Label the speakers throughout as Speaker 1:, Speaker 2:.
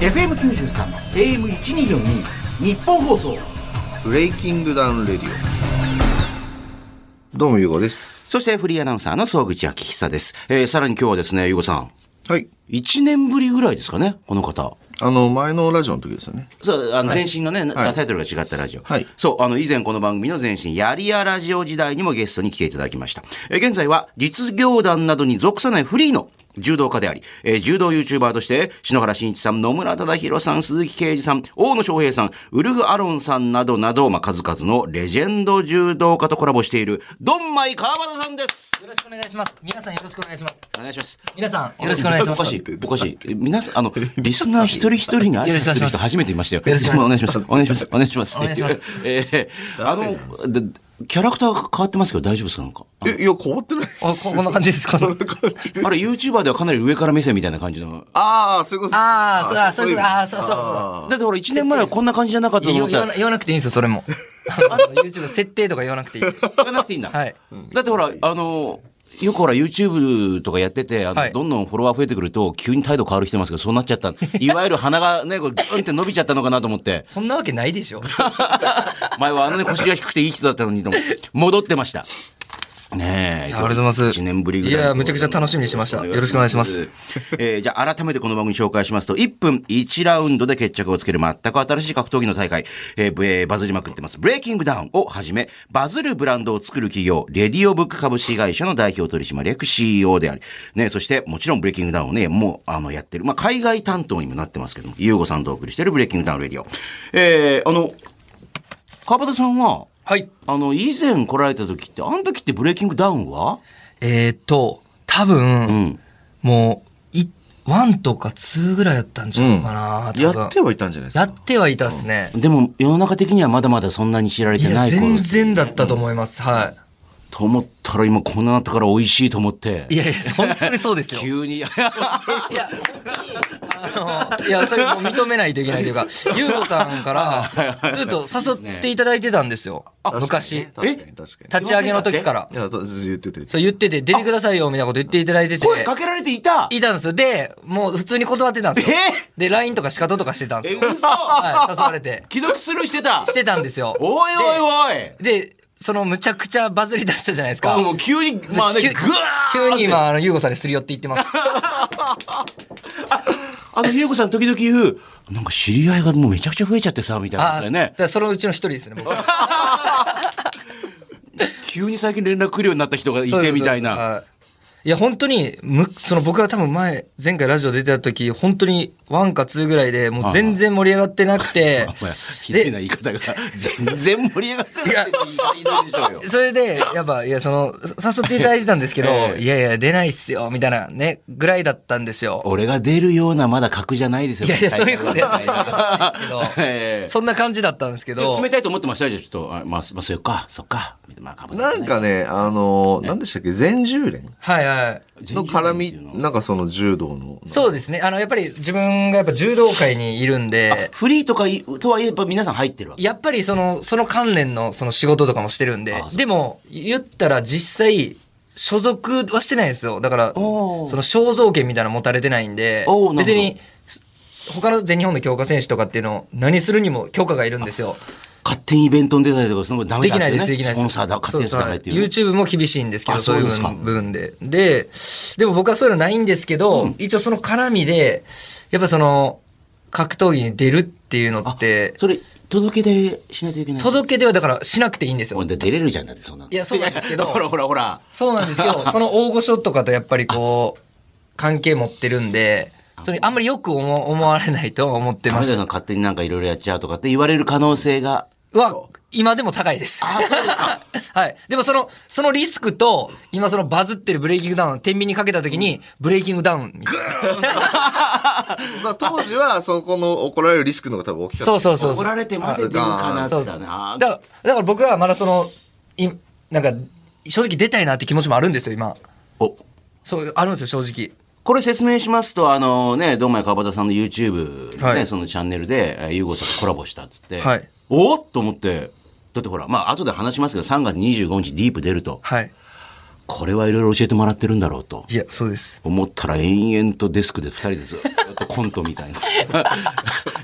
Speaker 1: FM93 AM1242 日本放送
Speaker 2: ブレイキングダウンレディオどうもゆうごです
Speaker 3: そしてフリーアナウンサーの総口昭久です。えー、さらに今日はですね、ゆうごさん。
Speaker 2: はい
Speaker 3: 1年ぶりぐらいですかね、この方。
Speaker 2: あの前のラジオの時ですよね
Speaker 3: そう、あの、前身のね、
Speaker 2: はい
Speaker 3: タイトルが違ったラジオ。
Speaker 2: はい
Speaker 3: そう、あの、以前この番組の前身、やりやラジオ時代にもゲストに来ていただきました。えー現在は、実業団などに属さないフリーの柔道家であり、えー柔道 YouTuber として、篠原慎一さん、野村忠宏さん、鈴木啓治さん、大野翔平さん、ウルフ・アロンさんなどなど、まあ、数々のレジェンド柔道家とコラボしている、ドンマイ川端さんです。
Speaker 4: よろしくお願いします。皆さんよろしくお願いします。
Speaker 3: お願いします。
Speaker 4: 皆さんよろしくお願いしま
Speaker 3: おか
Speaker 4: す。
Speaker 3: しい、おかしい。皆さん、あ の、リスナー一人一人に挨拶する人初めて見ましたよ。
Speaker 4: よろしく
Speaker 3: お願いします。お願いします。お願いします。
Speaker 4: お願いします
Speaker 3: ええあの、でキャラクターが変わってますけど大丈夫ですかなんか。
Speaker 2: えいや変わってないで
Speaker 4: あここんな感じですか。
Speaker 2: こんな感じで
Speaker 3: あれ、YouTuber ではかなり上から目線みたいな感じの。
Speaker 2: ああそういうこと
Speaker 4: あーそうあーそういうこと
Speaker 2: あ
Speaker 4: あーそうそうそう
Speaker 3: だってほら、1年前はこんな感じじゃなかったと
Speaker 4: いや
Speaker 3: 思っ
Speaker 4: 言
Speaker 3: た
Speaker 4: わ
Speaker 3: ら
Speaker 4: な、言わなくていいんですよそれも。あの YouTube 設定とか言わなくていい。
Speaker 3: 言わなくていいんだ。
Speaker 4: はい
Speaker 3: だってほら、あの、よくほら YouTube とかやっててあの、
Speaker 4: はい
Speaker 3: どんどんフォロワー増えてくると急に態度変わる人いますけどそうなっちゃったいわゆる鼻がねこうグンって伸びちゃったのかなと思って
Speaker 4: そんなわけない でしょ。
Speaker 3: 前はあんなに腰が低くていい人だったのにと思って戻ってました。ねえ。
Speaker 4: ありがとうございます
Speaker 3: 1年ぶりぐらい。
Speaker 4: いやめちゃくちゃ楽しみにしてましたよろしくお願いします。
Speaker 3: えーじゃあ改めてこの番組紹介しますと、1分1ラウンドで決着をつける全く新しい格闘技の大会、えーブえーバズりまくってます、ブレイキングダウンをはじめ、バズるブランドを作る企業、レディオブック株式会社の代表取締役 CEO であり、ね、そしてもちろんブレイキングダウンをね、もうあのやってる、まあ、海外担当にもなってますけども、ユーゴさんとお送りしてるブレイキングダウンレディオ。えーあの、川端さんは、
Speaker 4: はい。
Speaker 3: あの、以前来られた時って、あの時ってブレイキングダウンは
Speaker 4: えー、っと多分、もういワンとかツーぐらいやったんじゃないかな。多分
Speaker 2: やってはいたんじゃないです
Speaker 4: や
Speaker 2: か
Speaker 4: ってはいたっすね。
Speaker 3: でも、世の中的にはまだまだそんなに知られ
Speaker 4: い
Speaker 3: て
Speaker 4: や
Speaker 3: ない頃
Speaker 4: 全然だったと思います。は
Speaker 3: と思ったら今こんななったから美味しいと思って。
Speaker 4: い。いやいや本当にそうですよ。
Speaker 3: 急に。
Speaker 4: いや、あの、いや、それもう認めないといけないというか、ゆうこさんから、ずっと誘っていただいてたんですよ。昔。
Speaker 2: 確かにね確かに
Speaker 4: 立ち上げの時から
Speaker 2: い。や私言ってて
Speaker 4: そう言ってて、出てくださいよ、みたいなこと言っていただいてて。
Speaker 3: 声かけられていた
Speaker 4: いたんですよ。で、もう普通に断ってたんですよ。で、LINE とか仕方とかしてたんですよ。はい、誘われて。
Speaker 3: 既読スルーしてた
Speaker 4: してたんですよ。
Speaker 3: おいおいおい
Speaker 4: で、でそのむちゃくちゃバズり出したじゃないですか。
Speaker 3: もう急に、まあね、ぐ
Speaker 4: 急
Speaker 3: わ
Speaker 4: 急に今、あの、ゆうこさんにすり寄って言っ てます。
Speaker 3: あの、ひよこさん時々言う、なんか知り合いがもうめちゃくちゃ増えちゃってさ、みたいな
Speaker 4: あ
Speaker 3: ん、ですよ
Speaker 4: だ
Speaker 3: ね
Speaker 4: か。らそのうちの一人ですね、僕。
Speaker 3: 急に最近連絡来るようになった人がいて、みたいな。
Speaker 4: はい。いや、本当に、む、その僕が多分前、前回ラジオ出てた時、本当に1か2ぐらいで、もう全然盛り上がってなくて
Speaker 3: お、前ひどい
Speaker 4: で、
Speaker 3: な言い方 が。全然盛り上がってないって言い方ひどいでしょうよ。
Speaker 4: それで、やっぱ、いや、その、誘っていただいてたんですけど、
Speaker 3: ええ
Speaker 4: いやいや、出ないっすよ、みたいなね、ぐらいだったんですよ。
Speaker 3: 俺が出るようなまだ格じゃないですよ。、
Speaker 4: いやいや、そういうことやないですけど
Speaker 3: ええ
Speaker 4: そんな感じだったんですけど、
Speaker 3: 冷たいと思ってましたよ、じゃあちょっと。あまあ、まあ、そっか、そっか。まあ、かぶってね
Speaker 2: なん、かねあの何でしたっけ全十連
Speaker 4: はいはい。
Speaker 2: の絡みなんかその柔道の
Speaker 4: そうですね。あの、やっぱり自分がやっぱ柔道界にいるんで、
Speaker 3: フリーとかい、とはいえ、やっぱ皆さん入ってるわけ。
Speaker 4: やっぱりその、その関連のその仕事とかもしてるんで、でも、言ったら実際、所属はしてないんですよ。だから、
Speaker 3: おー
Speaker 4: その肖像権みたいなの持たれてないんで
Speaker 3: おー、なるほど
Speaker 4: 別に、他の全日本の強化選手とかっていうのを何するにも許可がいるんですよ。
Speaker 3: 勝手にイベントに出たりとか、そのダメ
Speaker 4: で
Speaker 3: だっ
Speaker 4: き
Speaker 3: て、
Speaker 4: な
Speaker 3: ね、
Speaker 4: いです、できないです。
Speaker 3: スポンサーだ、勝手に使えっていう。
Speaker 4: そうそう YouTube も厳しいんですけ
Speaker 3: あ
Speaker 4: ど、
Speaker 3: そ
Speaker 4: そうういう
Speaker 3: ですか
Speaker 4: 部分で。で、でも僕はそういうのないんですけど、一応その絡みで、やっぱその、格闘技に出るっていうのって、
Speaker 3: それ、届け出しないといけない。
Speaker 4: 届け出はだからしなくていいんですよ
Speaker 3: ほん。で出れるじゃん、だってそんなの。
Speaker 4: いやそうなんですけど
Speaker 3: ほらほらほら。
Speaker 4: そうなん ですけど、その大御所とかとやっぱりこう、関係持ってるんで、それあんまりよく思思われないとは思って
Speaker 3: ダ
Speaker 4: ま
Speaker 3: メだ
Speaker 4: し
Speaker 3: よな勝手になんかいろいろやっちゃうとかって言われる可能性が。
Speaker 4: た。は、今でも高いです。
Speaker 3: あ、そうですか。
Speaker 4: はい。でもその、そのリスクと、今そのバズってるブレイキングダウン、天秤にかけた時に、ブレイキングダウンみたいな。
Speaker 2: だから当時はそこの怒られるリスクの方が多分大きかった
Speaker 4: そうそうそう
Speaker 3: 怒られてまで出るかなって言
Speaker 4: そ
Speaker 3: っ
Speaker 4: う
Speaker 3: て
Speaker 4: だ
Speaker 3: たね。
Speaker 4: か
Speaker 3: あ
Speaker 4: ら、だから僕はまだその、い、なんか、正直出たいなって気持ちもあるんですよ、今。
Speaker 3: お
Speaker 4: そう、あるんですよ、正直。
Speaker 3: これ説明しますと、あのね、どんまい川端さんの YouTube のね、
Speaker 4: はい
Speaker 3: そのチャンネルで、えーゆうごさんとコラボしたっつって、
Speaker 4: はい
Speaker 3: おっと思って、だってほら、まあ、後で話しますけど、3月25日ディープ出ると、
Speaker 4: はい。
Speaker 3: これはいろいろ教えてもらってるんだろうと。
Speaker 4: いや、そうです。
Speaker 3: 思ったら延々とデスクで2人でずっとコントみた いな。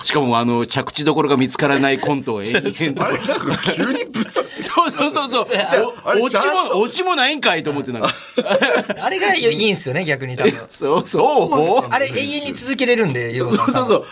Speaker 3: しかも、あの、着地どころが見つからないコントを延々
Speaker 2: あれ
Speaker 3: と。
Speaker 2: なんか急にぶつっ て
Speaker 3: そうそうそう そう
Speaker 2: あ。あれ
Speaker 3: お落ち
Speaker 2: ちゃん
Speaker 3: も、落ちもないんかいと思って なんか。
Speaker 4: あれがいいんすよね、逆に多分。
Speaker 3: そうそう。
Speaker 4: あれ永遠に続けれるん で、ゆうごさん。
Speaker 3: そうそう。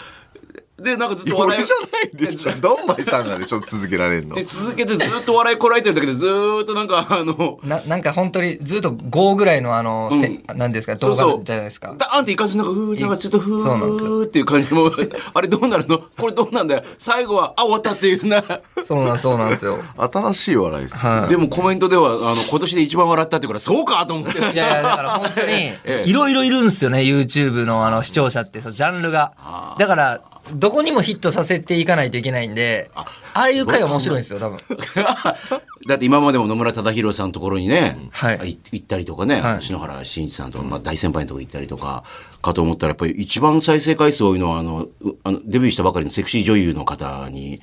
Speaker 3: で、なんかずっと笑
Speaker 2: 俺
Speaker 3: い
Speaker 2: じ。ゃないでしょドンマイさんがでしょ続けられんの
Speaker 3: で、続けてずっと笑いこらえてるだけで、ずーっとなんか、あの、
Speaker 4: ななんか本当にずっと5ぐらいのあの、
Speaker 3: ん
Speaker 4: てなんですか
Speaker 3: そ
Speaker 4: 動
Speaker 3: うそう
Speaker 4: 画じゃないで すか。
Speaker 3: ダーンっていかずなんか、ふー、なんかちょっとふー、
Speaker 4: そうなんですよ
Speaker 3: っていう感じも、 あれどうなるのこれどうなんだよ。最後は、あ、終わったっていうな。
Speaker 4: そうなんそうなんですよ。
Speaker 2: 新しい笑いですよ、
Speaker 4: は
Speaker 3: でもコメントでは、あの、今年で一番笑ったっていうから、そうかと思って。
Speaker 4: い。いやいや、だから本当
Speaker 3: え
Speaker 4: に、いろいろいるんですよね、YouTube のあの視聴者って、そのジャンルが。だから、どこにもヒットさせていかないといけないんで、ああいう回は面白いんですよ、多分。
Speaker 3: だって今までも野村忠宏さんのところにね、
Speaker 4: はい
Speaker 3: い行ったりとかね、
Speaker 4: はい
Speaker 3: 篠原慎一さんとか、まあ、大先輩のとこ行ったりとか、かと思ったら、やっぱり一番再生回数多いのは、あの、うあのデビューしたばかりのセクシー女優の方に、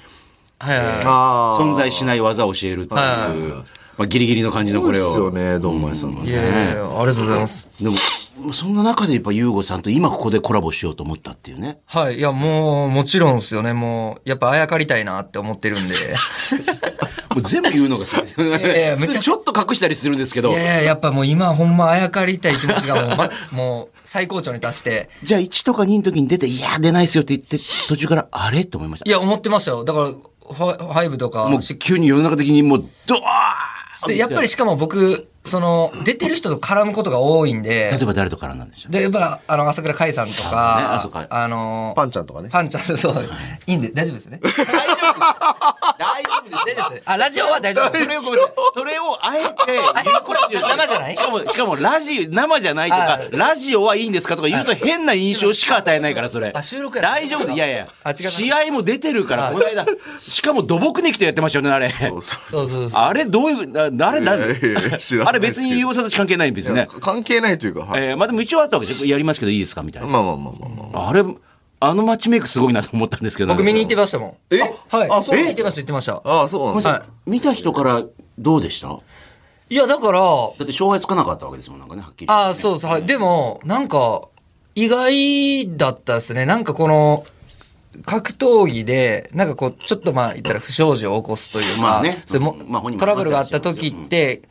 Speaker 4: はいはいは
Speaker 2: ああ
Speaker 3: 存在しない技を教えるっていう、
Speaker 4: は
Speaker 3: まあ、ギリギリの感じのこ
Speaker 2: で
Speaker 3: れ
Speaker 2: すよ
Speaker 3: を。
Speaker 2: ねドンマイさんの、
Speaker 4: い。いやいやいや、ありがとうございます。
Speaker 3: でも、そんな中でやっぱ、ゆうごさんと今ここでコラボしようと思ったっていうね。
Speaker 4: はい。いや、もう、もちろんですよね。もう、やっぱあやかりたいなって思っ てるんで。
Speaker 3: もう全部言うのが好きですよね。
Speaker 4: いやいやめち
Speaker 3: 普
Speaker 4: ゃ
Speaker 3: 通ちょっと隠したりするんですけど
Speaker 4: いや、いや、やっぱもう今ほんまあやかりたい気持ちがもう、 ま、もう最高潮に達して。
Speaker 3: じゃあ1とか2の時に出て、いや、出ないっすよって言って、途中から、あれと思いました
Speaker 4: い。や、思ってましたよ。だから、ファファイブとか
Speaker 3: もう、急に世の中的にもう、ドアー
Speaker 4: で、やっぱりしかも僕、その、出てる人と絡むことが多いんで
Speaker 3: 例、えば誰と絡んだんでしょう
Speaker 4: で、やっぱ、あの、朝倉海さんと
Speaker 3: ねあ
Speaker 4: か、
Speaker 3: そうか
Speaker 4: あの、
Speaker 2: パンちゃんとかね
Speaker 4: パンちゃん、 そう、いいんで、大丈夫ですね。
Speaker 3: 大丈夫で
Speaker 4: 大丈夫です。あ、ラジオは大丈夫で
Speaker 3: そ
Speaker 4: す。
Speaker 3: れをごめんなさいそれをあえて
Speaker 4: あ
Speaker 3: 言う
Speaker 4: これ生じゃない
Speaker 3: しかも、しかも、ラジ、生じゃないとか
Speaker 4: あ、
Speaker 3: ラジオはいいんですかとか言うと変な印象しか与えないから、それ。
Speaker 4: あ収録や
Speaker 3: 大丈夫いやいや
Speaker 4: あ違。う
Speaker 3: 試合も出てるから、
Speaker 4: あ
Speaker 3: この間。しかも、土木に来てやってましたよね、あれ。
Speaker 2: そうそう
Speaker 4: そうそうそう。
Speaker 3: あれ、どういう、な誰、誰
Speaker 2: いやいやいや知らな
Speaker 3: あれ
Speaker 2: いです
Speaker 3: 別
Speaker 2: けど
Speaker 3: に優勝さたち関係ないんですね。
Speaker 2: 関係ないというか、はい
Speaker 3: えーまあでも一応あったわけでしょやりますけどいいですかみたいな。
Speaker 2: まあまあまあまあまあ
Speaker 3: あれ、あのマッチメイクすごいなと思ったんですけど。
Speaker 4: 僕見に行ってましたもん。
Speaker 2: え
Speaker 4: はい。
Speaker 2: あそうなん
Speaker 4: 行
Speaker 2: だ
Speaker 4: ってました、行ってました。
Speaker 2: ああそうなん
Speaker 3: ごめん
Speaker 2: だ
Speaker 3: なさい見た人からどうでしただ
Speaker 4: いや、だから、
Speaker 3: って勝敗つかなかったわけですもん、なんかね、はっきり。
Speaker 4: ああ、そうそう。はい。でも、なんか、意外だったですね。なんかこの、格闘技で、なんかこう、ちょっとまあ言ったら不祥事を起こすというか、
Speaker 3: まあね
Speaker 4: それも
Speaker 3: まあ本人も
Speaker 4: トラブルがあった時って、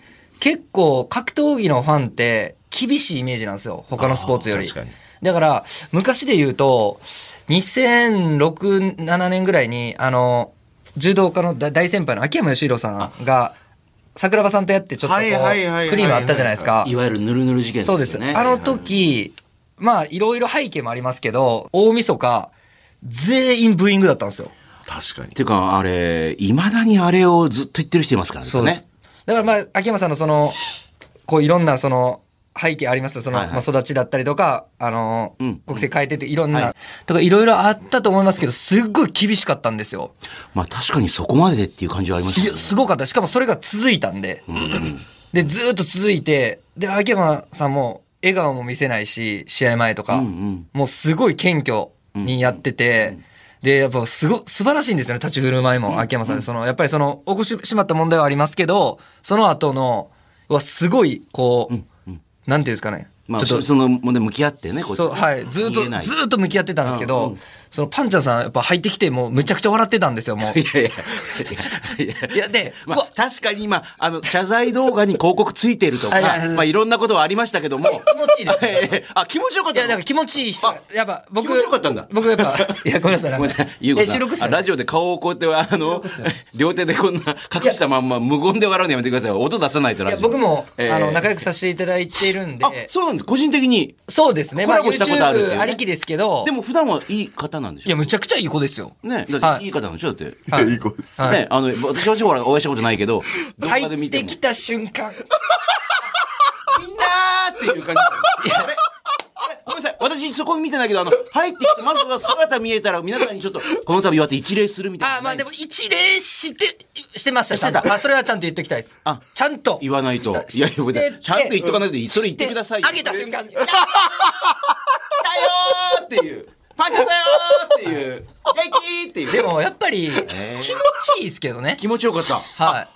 Speaker 4: 結構格闘技のファンって厳しいイメージなんですよ。他のスポーツより。
Speaker 2: あー確かに
Speaker 4: だから、昔で言うと、2006、7年ぐらいに、あの、柔道家の大大先輩の秋山義弘さんが、桜庭さんとやってちょっとこう、
Speaker 2: はいはいはいはい
Speaker 4: クリームあったじゃないですか。
Speaker 3: いわゆるヌルヌル事件です
Speaker 4: そ
Speaker 3: よ
Speaker 4: う
Speaker 3: ね。
Speaker 4: です。あの時、まあ、いろいろ背景もありますけど、大晦日、全員ブーイングだったんですよ。
Speaker 2: 確かに
Speaker 3: ていうか、あれ、いまだにあれをずっと言ってる人いますからね。
Speaker 4: そうです。だからまあ、秋山さんのその、こういろんなその、背景ありますよその、
Speaker 3: はいはい
Speaker 4: まあ、育ちだったりとか、あのー
Speaker 3: うん
Speaker 4: 国籍変えてていろんな、
Speaker 3: は
Speaker 4: とかいろいろあったと思いますけど、すっごい厳しかったんですよ。
Speaker 3: まあ確かにそこまででっていう感じはあります
Speaker 4: い
Speaker 3: よ
Speaker 4: や、
Speaker 3: ね。
Speaker 4: すごかった。しかもそれが続いたんで。で、ずーっと続いて、で、秋山さんも笑顔も見せないし、試合前とか、
Speaker 3: うんうん
Speaker 4: もうすごい謙虚にやってて、で、やっぱすご、素晴らしいんですよね、立ち振る舞いも、秋山さんで。その、やっぱりその、起こしてしまった問題はありますけど、その後の、はすごい、こう、なんていうんですかね。
Speaker 3: まあ、
Speaker 4: ちょっと
Speaker 3: そその、もうね、向き合ってね、こ
Speaker 4: そう、はい。ずーっと、
Speaker 3: 見えない
Speaker 4: ずーっと向き合ってたんですけど、そのパンチャーさん、やっぱ入ってきて、もうめちゃくちゃ笑ってたんですよ、もう。
Speaker 3: いやいやいや。
Speaker 4: いやで
Speaker 3: ま
Speaker 4: う
Speaker 3: あ
Speaker 4: わ、
Speaker 3: 確かに今、あの、謝罪動画に広告ついてるとか
Speaker 4: はいはいはい、
Speaker 3: まあ、いろんなことはありましたけども。
Speaker 4: 気持 ちいいですね
Speaker 3: ええあ、気持ちよかっ
Speaker 4: い
Speaker 3: た
Speaker 4: や、
Speaker 3: の
Speaker 4: だから気持ちいい人、やっぱ
Speaker 3: 気
Speaker 4: 僕、
Speaker 3: 持ちよかったんだ
Speaker 4: 僕やっぱ、いや、ごめんなさい、
Speaker 3: ごめんなさい、ゆうこ
Speaker 4: え収録
Speaker 3: さ
Speaker 4: 室
Speaker 3: ん。あラジオで顔をこうやって、あの、両手でこんな隠したまんま無言で笑うのやめてください。音出さないと
Speaker 4: い
Speaker 3: ラ
Speaker 4: や、
Speaker 3: ジオ。
Speaker 4: 僕も、
Speaker 3: えー
Speaker 4: あの、仲良くさせていただいているんで
Speaker 3: あ、、そうなんです。個人的に。
Speaker 4: そうですね、まあ、
Speaker 3: コラボしたことあるっていうね
Speaker 4: YouTube ありきですけど、
Speaker 3: でも普段はいい方なんで
Speaker 4: い
Speaker 3: しょ
Speaker 4: や、むちゃくちゃいい子ですよ。
Speaker 3: ね。だっ
Speaker 4: は
Speaker 3: て
Speaker 4: い
Speaker 3: いい方なんでしょだって。
Speaker 4: はい
Speaker 2: いやいい子です
Speaker 4: はい
Speaker 3: ね、あの、私はほらお会いしたことないけど、動画で
Speaker 4: 入
Speaker 3: 見
Speaker 4: ってて
Speaker 3: も。
Speaker 4: きた 瞬間、
Speaker 3: みんなーっていう感じ。あれあれごめんなさい。私そこ見てないけど、あの、入ってきて、まずは姿見えたら、皆さんにちょっと、この度はって一礼するみたいな。
Speaker 4: あ、まあでも、一礼して、してました、ちゃん
Speaker 3: して
Speaker 4: と。あ、それはちゃんと言っておきたいです。
Speaker 3: あ
Speaker 4: ちゃんと。
Speaker 3: 言わないと。いやいや、ごめんなさいちゃんと言っとかないと、それ言ってくださいよ。
Speaker 4: あげた瞬間に。
Speaker 3: だよーっていう。パンチャだよーっていう。元気ーっていう。
Speaker 4: でも、やっぱり、気持ちいいですけどね。
Speaker 3: 気持ちよかった。
Speaker 4: はい。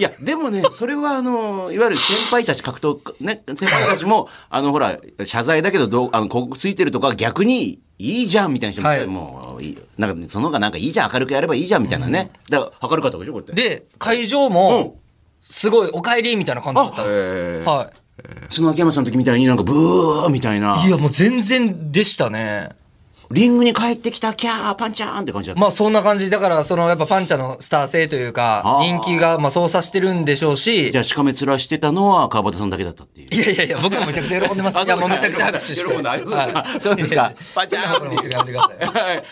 Speaker 3: いや、でもね、それはあの、いわゆる先輩たち格闘家、ね、先輩たちも、あの、ほら、謝罪だけど、どう、あの、広告ついてるとか逆に、いいじゃんみたいな人もいて、
Speaker 4: はい
Speaker 3: もういい、なんかね、その方がなんかいいじゃん、明るくやればいいじゃんみたいなね。だから、明るかったでしょ、こうやって。
Speaker 4: で、会場
Speaker 3: うん
Speaker 4: も、すごい、お帰りみたいな感じだったんです
Speaker 2: えー
Speaker 4: よ。は
Speaker 3: その秋山さんの時みたいになんか、ブーみたいな。
Speaker 4: い。いや、もう全然でしたね。
Speaker 3: リングに帰ってきた、キャー、パンチャーンって感じだった。
Speaker 4: まあそんな感じ。だから、そのやっぱパンチャのスター性というか
Speaker 3: あ、ー
Speaker 4: 人気がまあ操作してるんでしょうし、い
Speaker 3: じゃあ、しかめ面してたのは、川端さんだけだったっていう。
Speaker 4: やいやいや、僕もめちゃくちゃ喜んでました。
Speaker 3: あ
Speaker 4: いや、
Speaker 3: そ
Speaker 4: も
Speaker 3: う
Speaker 4: う
Speaker 3: で
Speaker 4: め
Speaker 3: す
Speaker 4: ちゃ
Speaker 3: か
Speaker 4: くちゃ拍手して。
Speaker 3: 喜んだありがとうございます
Speaker 4: はい
Speaker 3: そうです かパンチャーン
Speaker 4: これもやめてください
Speaker 3: はい。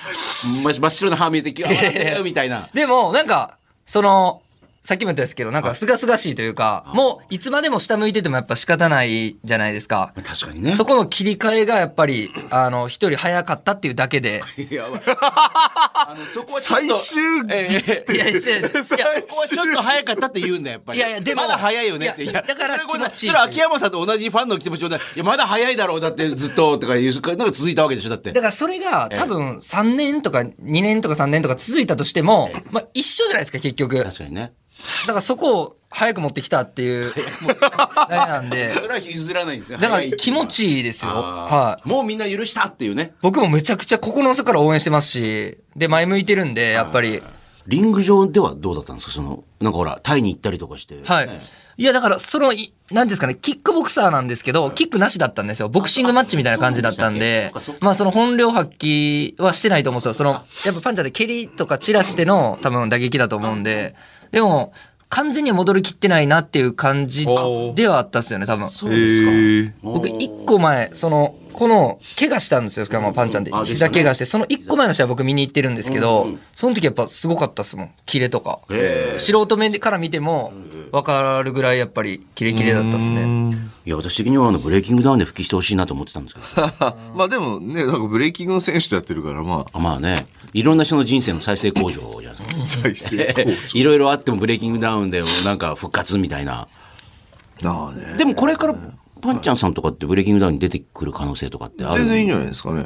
Speaker 3: 真っ白な歯見えてき、あ、笑ってるみたいな。
Speaker 4: でも、なんか、その、さっきも言ったんですけど、なんか、すがすがしいというか、もう、いつまでも下向いててもやっぱ仕方ないじゃないですか。
Speaker 2: 確かにね
Speaker 4: そ。この切り替えがやっぱり、あの、一人早かったっていうだけで。
Speaker 3: いやばい あのそこはちょっ
Speaker 2: 最
Speaker 3: と
Speaker 2: 終、
Speaker 3: ええ
Speaker 4: いや、いやいやいや
Speaker 3: ここはちょっと早かったって言うんだやっぱり
Speaker 4: いやいやでも
Speaker 3: まだ早いよねって
Speaker 4: いやだから
Speaker 3: それは
Speaker 4: 気持ちいい
Speaker 3: それは秋山さんと同じファンの気持ちをねいやまだ早いだろうだってずっととかいうのが続いたわけでしょだって
Speaker 4: だからそれが多分3年とか2年とか3年とか続いたとしても、まあ一緒じゃないですか結局。だ
Speaker 3: 確かにね
Speaker 4: からそこを早く持ってきたっていう、だけなんで。
Speaker 3: それは譲らないんですよ
Speaker 4: だから
Speaker 3: 早いって
Speaker 4: 気
Speaker 3: いうのは
Speaker 4: 持ちいいですよ。
Speaker 3: あ
Speaker 4: は
Speaker 3: ー
Speaker 4: い。
Speaker 3: もうみんな許したっていうね
Speaker 4: 僕もめちゃくちゃ心の底から応援してますし、で、前向いてるんで、やっぱり。
Speaker 3: リング上ではどうだったんですかそのなんかほらタイに行ったりとかして
Speaker 4: はい。いや、だから、その、いなんですかね、キックボクサーなんですけど、キックなしだったんですよ。ボクシングマッチみたいな感じだったんで
Speaker 3: あそうなんでしたっけそっかそっ、か
Speaker 4: まあ、その本領発揮はしてないと思うんですよ。その、やっぱパンチャーで蹴りとか散らしての、多分打撃だと思うんで、でも、完全に戻りきってないなっていう感じではあったっすよね、多分。
Speaker 3: そうですか
Speaker 2: えー
Speaker 4: 僕、一個前、その、この、怪我したんですよ、まあパンチャーで
Speaker 3: あ。ですよ
Speaker 4: 膝
Speaker 3: ね
Speaker 4: 怪我して、その一個前の試合僕見に行ってるんですけど、その時やっぱすごかったっすもん、キレとか。
Speaker 3: え
Speaker 4: 素人目から見ても分かるぐらいやっぱりキレキレだったですね。
Speaker 3: えいや私的にはあのブレイキングダウンで復帰してほしいなと思ってたんですけど
Speaker 2: まあでもね、なんかブレイキングの選手とやってるから、ま
Speaker 3: あまあね、いろんな人の人生の再生工場じゃないですか。
Speaker 2: あ、財政好
Speaker 3: いろいろあってもブレイキングダウンでもなんか復活みたいな。
Speaker 2: 調。なあね。
Speaker 3: でもこれからパンちゃんさんとかってブレイキングダウンに出てくる可能性とかってある
Speaker 2: 全然いいんじゃないですかね。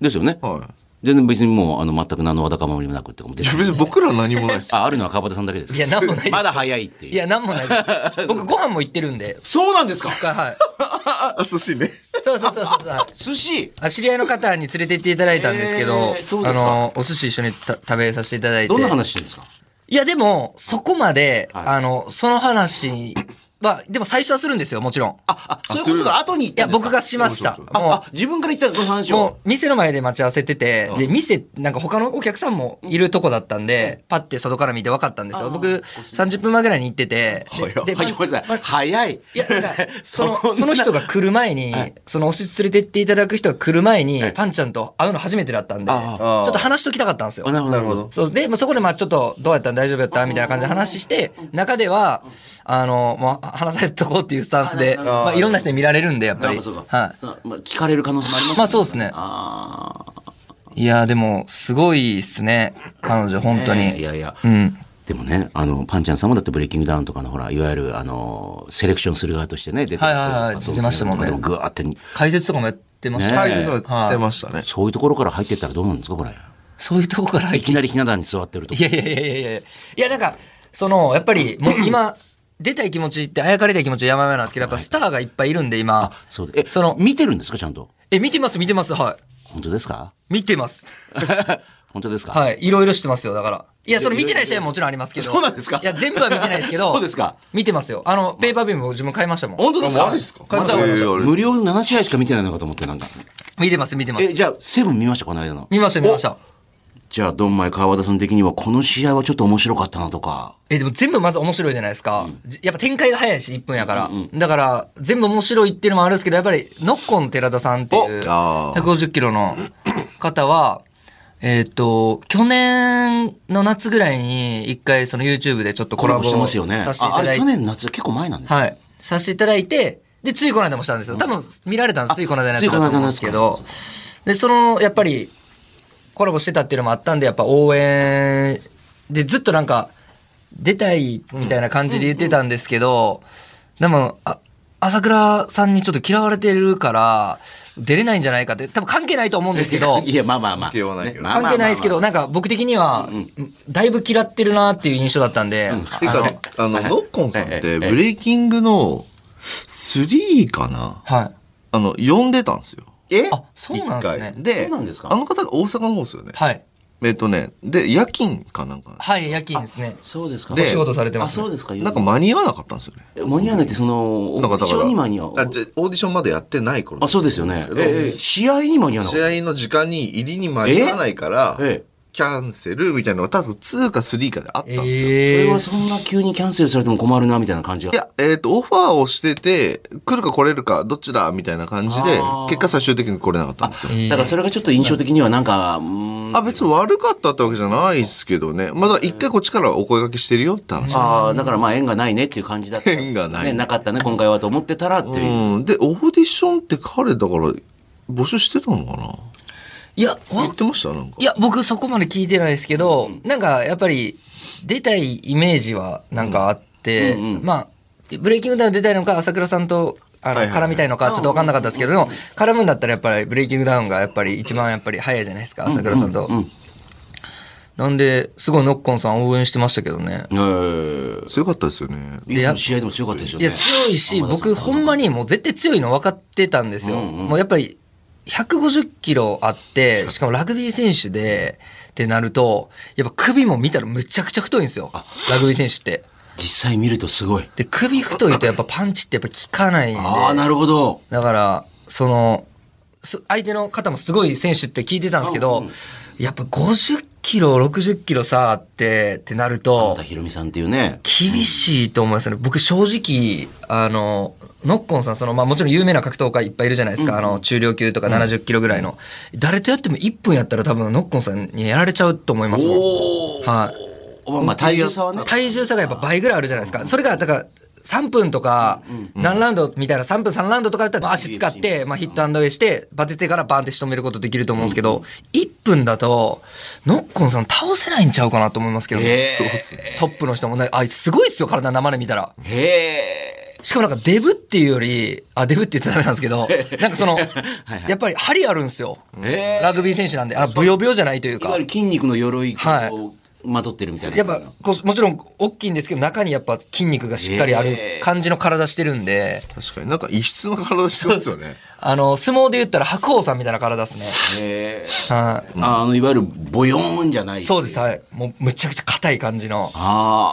Speaker 3: ですよね。
Speaker 2: は
Speaker 3: 全然別にもうあの全く何のわだかまりもなくってかもう出
Speaker 2: い。い
Speaker 3: て
Speaker 2: や別に僕ら何もないですよ。
Speaker 3: ああるのは川端さんだけですか
Speaker 4: いやなんもないです
Speaker 3: まだ早いっていう。
Speaker 4: いや、なんもな いです。僕ご飯も行ってるんで。
Speaker 3: そうなんですか
Speaker 4: 一回はい。
Speaker 2: あ、寿司ね。
Speaker 4: そうそうそうそうそう。はい
Speaker 3: 寿司
Speaker 4: あ知り合いの方に連れて行っていただいたんですけど、
Speaker 3: えーそうで
Speaker 4: あ
Speaker 3: すか
Speaker 4: の、お寿司一緒にた食べさせていただいて。
Speaker 3: どんな話してるんですか
Speaker 4: いや、でも、そこまで、
Speaker 3: はい
Speaker 4: あの、その話は、でも最初はするんですよ、もちろん。
Speaker 3: あ、あ、そういうことが後に言っ
Speaker 4: い
Speaker 3: た
Speaker 4: や、
Speaker 3: んですか
Speaker 4: 僕がしました。
Speaker 3: あ
Speaker 4: もう
Speaker 3: あ、自分から言ったんですかその話
Speaker 4: も
Speaker 3: を。
Speaker 4: う、店の前で待ち合わせてて、で、店、なんか他のお客さんもいるとこだったんで、パッて外から見て分かったんですよ。僕、30分前ぐらいに行ってて、で、で
Speaker 3: はいごめんなさ
Speaker 4: ま
Speaker 3: い早い。
Speaker 4: いや、 なんか、その、
Speaker 3: そんな
Speaker 4: その人が来る前に、そのおし連れてっていただく人が来る前に
Speaker 3: はい、
Speaker 4: パンちゃんと会うの初めてだったんで、ち
Speaker 3: あ
Speaker 4: ょっと話しときたかったんですよ
Speaker 3: あ。なるほど。なるほど
Speaker 4: そうで、まあ、そこでまあちょっとどうやったん大丈夫やったみたいな感じで話して中ではあの、まあ、話されとこうっていうスタンスでまあ、いろんな人に見られるんでやっぱり、
Speaker 3: あそうか
Speaker 4: はい、
Speaker 3: あまあ、聞かれる可能性もありますね
Speaker 4: まあそうですね
Speaker 3: ああ。
Speaker 4: いやーでもすごいっすね彼女本当に、
Speaker 3: いやいや。
Speaker 4: うん
Speaker 3: でもね、あの、パンちゃんさんもだってブレイキングダウンとかの、ほら、いわゆる、あの、セレクションする側としてね、出て
Speaker 4: はいはいはい
Speaker 3: あと
Speaker 4: 出てましたもんね
Speaker 3: あとぐわーって、
Speaker 4: 解説とかもやってました
Speaker 3: ね
Speaker 2: はい、
Speaker 3: え
Speaker 2: 実はやって
Speaker 4: はい
Speaker 2: ましたね。
Speaker 3: そういうところから入ってったらどうなんですか、これ。
Speaker 4: そういうとこから
Speaker 3: いきなりひな壇に座ってると
Speaker 4: い。やいやいやいやいやいや、なんか、その、やっぱ り、もう今、出たい気持ちって、あやかりたい気持ちは山々なんですけど、やっぱスターがいっぱいいるんで、今。
Speaker 3: そうで。え、
Speaker 4: その
Speaker 3: 見てるんですか、ちゃんと。
Speaker 4: え、見てます、見てます、はい。
Speaker 3: 本当です か
Speaker 4: 見てます。
Speaker 3: 本当ですか
Speaker 4: はい。いろいろしてますよ、だから。いや、その見てない試合ももちろんありますけど。
Speaker 3: そうなんですか
Speaker 4: いや、全部は見てないですけ ど。
Speaker 3: そうですか
Speaker 4: 見てますよ。あの、ペーパービーム僕自分買いましたもん。
Speaker 3: 本当ですか
Speaker 2: あマジっすか
Speaker 3: また
Speaker 2: えーあれ
Speaker 3: 無料の7試合しか見てないのかと思って、なんか。
Speaker 4: 見てます、見てま
Speaker 3: え、
Speaker 4: す。
Speaker 3: じゃあ、セブン見ました、この間の。
Speaker 4: 見ました、見ました。
Speaker 3: じゃあ、ドンマイ川端さん的には、この試合はちょっと面白かったなとか。
Speaker 4: え、でも全部まず面白いじゃないですか。じやっぱ展開が早いし、1分やから。だから、全部面白いっていうのもあるんですけど、やっぱり、ノッコン寺田さんっていう、
Speaker 2: おあー
Speaker 4: 150キロの方は、えっ、と、去年の夏ぐらいに、一回その YouTube でちょっとコ
Speaker 3: コ
Speaker 4: ラ
Speaker 3: ラ
Speaker 4: ボ
Speaker 3: ボしてますよね。
Speaker 4: させてい
Speaker 3: ああ
Speaker 4: ただ
Speaker 3: れ、
Speaker 4: い
Speaker 3: 去
Speaker 4: て、
Speaker 3: 年の夏、結構前なんですね
Speaker 4: はい。させていただいて、で、ついこの間もしたんですよ。多分、見られたんです。ついこの間のやつだと思うんですけど、で、その、やっぱり、コラボしてたっていうのもあったんで、やっぱ応援でずっとなんか、出たいみたいな感じで言ってたんですけど、でも、あ、朝倉さんにちょっと嫌われてるから、出れないんじゃないかって、多分関係ないと思うんですけど、
Speaker 3: いや、まあまあまあ。
Speaker 2: 関係はないけど
Speaker 3: ね
Speaker 4: 関係ないですけど、。なんか僕的には、だいぶ嫌ってるなっていう印象だったんで、
Speaker 2: て
Speaker 4: あ
Speaker 2: か
Speaker 4: の、
Speaker 2: あの、ノッコンさんって、ブレイキングの3かな
Speaker 4: はい。
Speaker 2: あの、呼んでたんですよ。
Speaker 3: え
Speaker 4: あ、そうなんですね。
Speaker 2: で
Speaker 3: そうなんですか
Speaker 2: あの方が大阪の方ですよね。
Speaker 4: はい。
Speaker 2: えっとね、で、夜勤かなんか。
Speaker 4: はい、夜勤ですね。
Speaker 3: そうですか。
Speaker 2: でお仕
Speaker 4: 事されてます
Speaker 3: あ、そうですか。
Speaker 2: なんか間に合わなかったんですよね。
Speaker 3: 間に合わないって、その、オ
Speaker 2: なん
Speaker 3: ー
Speaker 2: か
Speaker 3: ディ
Speaker 2: だか
Speaker 3: ショ
Speaker 2: ら、
Speaker 3: ンに間に合う。
Speaker 2: あじゃあオーディションまでやってない頃
Speaker 3: あ、そうですよね
Speaker 2: け。ど
Speaker 3: ええええ、試合に間に合わなかった。
Speaker 2: 試合の時間に入りに間に合わないから
Speaker 3: ええええ、
Speaker 2: キャンセルみたいなのが多分2か3かであったんですよ。
Speaker 3: そ
Speaker 4: え
Speaker 3: れ
Speaker 4: え
Speaker 3: はそんな急にキャンセルされても困るな、みたいな感じが。
Speaker 2: いや、えっ、と、オファーをしてて、来るか来れるか、どっちだみたいな感じで
Speaker 3: あー、
Speaker 2: 結果最終的に来れなかったんですよ。
Speaker 3: だからそれがちょっと印象的にはなんか、うーん
Speaker 2: あ、別に悪かったってわけじゃないですけどね。まだ一回こっちからお声掛けしてるよって話。
Speaker 3: あーだからまあ縁がないねっていう感じだった。
Speaker 2: 縁がない
Speaker 3: ね、なかったね、今回はと思ってたらっていう。
Speaker 2: うん。で、オーディションって彼だから、募集してたのかない
Speaker 4: や、わ
Speaker 2: 言ってましたなんか
Speaker 4: い。や、僕そこまで聞いてないですけど、なんかやっぱり出たいイメージはなんかあって、
Speaker 3: うんうんうん
Speaker 4: まあ、ブレイキングダウン出たいのか、朝倉さんと、あの、
Speaker 2: はいはいはい
Speaker 4: 絡みたいのか、ちょっと分かんなかったですけど、でも絡むんだったらやっぱり、ブレイキングダウンがやっぱり一番やっぱり早いじゃないですか、朝倉さんと。
Speaker 3: うん。
Speaker 4: なんで、すごいノッコンさん応援してましたけどね。
Speaker 3: えー
Speaker 2: 強かったですよね。
Speaker 3: いや、試合でも強かったですよ
Speaker 4: い
Speaker 3: ね。
Speaker 4: や、強いし、僕、ほんまにもう絶対強いの分かってたんですよ。もうやっぱり、150キロあって、しかもラグビー選手で、ってなると、やっぱ首も見たらむちゃくちゃ太いんですよ。ラグビー選手って。
Speaker 3: 実際見るとすごい。
Speaker 4: で、首太いとやっぱパンチってやっぱ効かないん で。
Speaker 3: ああ、なるほど。
Speaker 4: だから、その、す相手の方もすごい選手って聞いてたんですけど、やっぱ50キロ、60キロ差あって、ってなると
Speaker 3: また、ひろみさんっていうね。
Speaker 4: 厳しいと思いますね。僕正直、あの、ノッコンさん、その、まあもちろん有名な格闘家いっぱいいるじゃないですか。あの、中量級とか70キロぐらいの。誰とやっても1分やったら多分ノッコンさんにやられちゃうと思いますもん。
Speaker 3: おお。
Speaker 4: はい。
Speaker 3: まあまあ、体重差はね。
Speaker 4: 体重差がやっぱ倍ぐらいあるじゃないですか。それが、だから、3分とか、何ラウンドみたいな、3分3ラウンドとかだったら足使って、まあヒットアンドウェイして、バテてからバンって仕留めることできると思うんですけど、1分だと、ノッコンさん倒せないんちゃうかなと思いますけど、
Speaker 3: へー
Speaker 4: そうっすねトップの人もね、あ、すごいっすよ、体生で見たら。
Speaker 3: へえ。
Speaker 4: しかもなんかデブっていうより、あ、デブって言ってダメなんです けど、なんかその、
Speaker 3: はい
Speaker 4: やっぱり針あるんですよ。
Speaker 3: へー
Speaker 4: ラグビー選手なんで、あの、ブヨブヨじゃないという
Speaker 3: いわ
Speaker 4: か
Speaker 3: ゆ。る筋肉の鎧
Speaker 4: はい
Speaker 3: をまとってるみたいな。
Speaker 4: やっぱこう、もちろん大きいんですけど、中にやっぱ筋肉がしっかりある
Speaker 3: えー
Speaker 4: 感じの体してるんで、
Speaker 2: 確かになんか異質の体してますよね。
Speaker 4: あの、相撲で言ったら白鵬さんみたいな体ですね。
Speaker 3: へえ。
Speaker 4: はい。
Speaker 3: あの、いわゆるボヨーンじゃない。
Speaker 4: そうです、はい。もうむちゃくちゃ硬い感じの。
Speaker 3: あ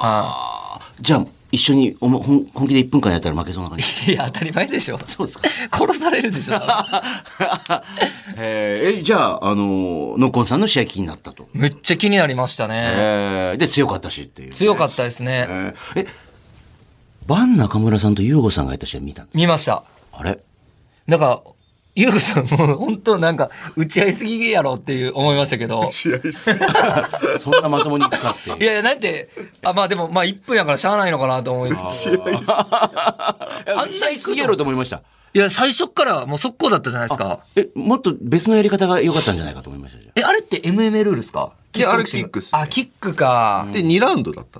Speaker 3: あ。じゃあ、一緒におも本本気で1分間やったら負けそうな 感じ。
Speaker 4: いや、当たり前でしょ。
Speaker 3: そう ですか。
Speaker 4: 殺される でしょ。
Speaker 3: えーえ、じゃあ、あの、ノッコンさんの試合気になったと。
Speaker 4: むっちゃ気になりましたね。
Speaker 3: えーで、強かったしっていう。
Speaker 4: 強かったですね。
Speaker 3: えーえ、バン中村さんとユーゴさんがやった試合見たの
Speaker 4: 見ました。
Speaker 3: あれ
Speaker 4: なんか、ゆうこさんもう本当なんか、打ち合いすぎやろっていう思いましたけど。
Speaker 2: 違いっす。
Speaker 3: そんなまともにいくかっていう。
Speaker 4: いやいや、なんて、あ、まあでも、まあ1分やからしゃあないのかなと思います。
Speaker 3: あんなにすげえろと思いました。
Speaker 4: いや、最初からもう速攻だったじゃないですか。
Speaker 3: え、もっと別のやり方が良かったんじゃないかと思いましたじゃ
Speaker 4: え、あれって MMA ルールですか
Speaker 2: いやあれ
Speaker 4: ボクシング
Speaker 2: キックっすね
Speaker 4: あ、キックか。
Speaker 2: で、2ラウンドだった。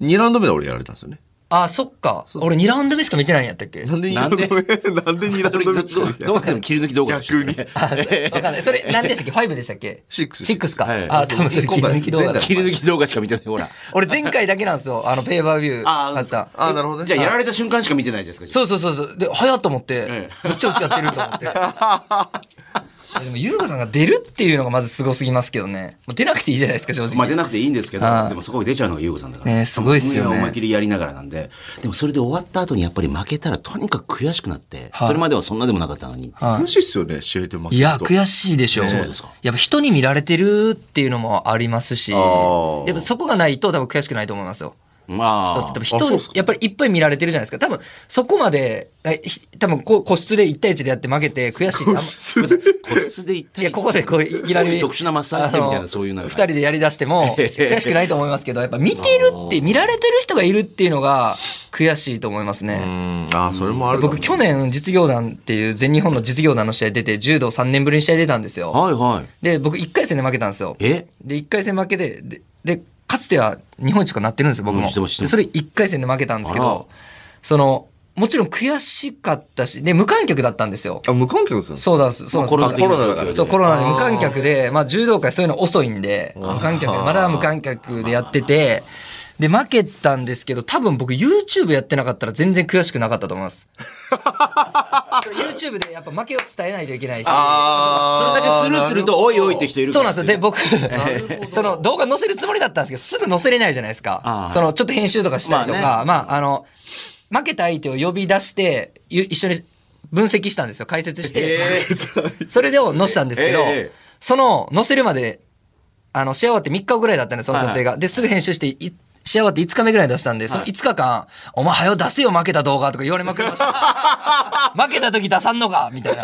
Speaker 2: 2ラウンド目で俺やられたんですよね。
Speaker 4: あ、そっか。俺2ラウンド目しか見てないんやったっけ
Speaker 2: なんで2
Speaker 3: な
Speaker 2: ラウ
Speaker 3: ん
Speaker 2: ンド
Speaker 3: で
Speaker 2: 目なんで2ラ
Speaker 3: あ。
Speaker 2: ウンド目しか見てない
Speaker 3: どうでも切り抜き動画でしたよね
Speaker 2: 逆に
Speaker 4: あ、わかんない。それ何でしたっけ ?5 でしたっけ
Speaker 2: シックス
Speaker 4: シックスか。
Speaker 3: はい
Speaker 4: あ、多分それ切り抜き動画
Speaker 2: 今
Speaker 4: だ
Speaker 2: 回。
Speaker 3: 切り抜き動画しか見てない、ほら。
Speaker 4: 俺前回だけなんですよ。あの、ペーパービュー。
Speaker 3: あ
Speaker 4: った
Speaker 3: そう
Speaker 2: あ、なるほどね。
Speaker 3: じゃあ、やられた瞬間しか見てないじゃないですか。
Speaker 4: そうそうそうそう。で、早っと思って
Speaker 3: え、
Speaker 4: めっちゃ打ち合ってると思って。いやでも、優香さんが出るっていうのがまずすごすぎますけどね。もう出なくていいじゃないですか、正直。
Speaker 3: まあ出なくていいんですけど
Speaker 4: は、い
Speaker 3: でもそこに出ちゃうのが優子さんだから。
Speaker 4: ねすごいっすよね
Speaker 3: もう思いっきりやりながらなんで。でもそれで終わった後にやっぱり負けたらとにかく悔しくなって、
Speaker 4: はい
Speaker 3: それまではそんなでもなかったのに。
Speaker 4: はい
Speaker 2: 悔しいっすよね、試合で負けると
Speaker 4: いや、悔しいでしょう。
Speaker 3: そうですか
Speaker 4: やっぱ人に見られてるっていうのもありますし、や
Speaker 2: ー
Speaker 4: っぱそこがないと多分悔しくないと思いますよ。だ
Speaker 3: まあ
Speaker 4: って多分、人
Speaker 2: そうっすか
Speaker 4: やっぱりいっぱい見られてるじゃないですか。多分そこまで、えひ多分こう個室で1対1でやって負けて悔しいってあんま
Speaker 3: 個室で行った
Speaker 4: いや、ここでこう、いきな
Speaker 3: こうい
Speaker 4: り。
Speaker 3: う特殊なマッサージみたいな
Speaker 4: あの
Speaker 3: そういうなん か
Speaker 4: 二人でやり出しても、悔しくないと思いますけど、やっぱ見てるって、見られてる人がいるっていうのが、悔しいと思います
Speaker 2: う
Speaker 4: ね。
Speaker 2: ん、あー、それもあるかも
Speaker 4: 僕、去年、実業団っていう全日本の実業団の試合出て、柔道3年ぶりに試合出たんですよ。
Speaker 3: はいはい。
Speaker 4: で、僕1回戦で負けたんですよ。
Speaker 3: え
Speaker 4: で、1回戦負けで、で、でかつては日本一とかなってるんですよ、僕
Speaker 3: う
Speaker 4: も。
Speaker 3: ん知ってます知って
Speaker 4: で
Speaker 3: ます
Speaker 4: それ1回戦で負けたんですけ
Speaker 3: あら
Speaker 4: ど、その、もちろん悔しかったし、で、無観客だったんですよ。
Speaker 2: あ、無観客だったんですか
Speaker 4: そうなんです。そうなんで
Speaker 2: ナ
Speaker 4: す。
Speaker 2: でコロナだから
Speaker 4: そう、コ
Speaker 3: ロ
Speaker 4: ロナで無観客で、まあ柔道界そういうの遅いんで、無観客、まだ無観客でやってて、で、負けたんですけど、多分僕 YouTube やってなかったら全然悔しくなかったと思います。YouTube でやっぱ負けを伝えないといけないし。
Speaker 2: あ
Speaker 3: れだけスルーすると、おいおいって人いる
Speaker 4: そ
Speaker 3: か
Speaker 4: うな
Speaker 3: ら
Speaker 4: んですよ。で、僕、 その動画載せるつもりだったんですけど、すぐ載せれないじゃないです
Speaker 3: あ
Speaker 4: か
Speaker 3: ー。
Speaker 4: その、ちょっと編集とかしたりとか、
Speaker 3: ま
Speaker 4: まあ、あ、の、負けた相手を呼び出して、ゆ一緒に分析したんですよ。解説して。 それでを載せたんですけど、
Speaker 3: ええ
Speaker 4: その、載せるまで、あの、試合終わって3日後ぐらいだったんで、その撮影が。で、すぐ編集して、い試合終わって5日目ぐらいに出したんで、その5日間、お前、はよ出せよ、負けた動画とか言われまくり ました。負けた時出さんのかみたいな。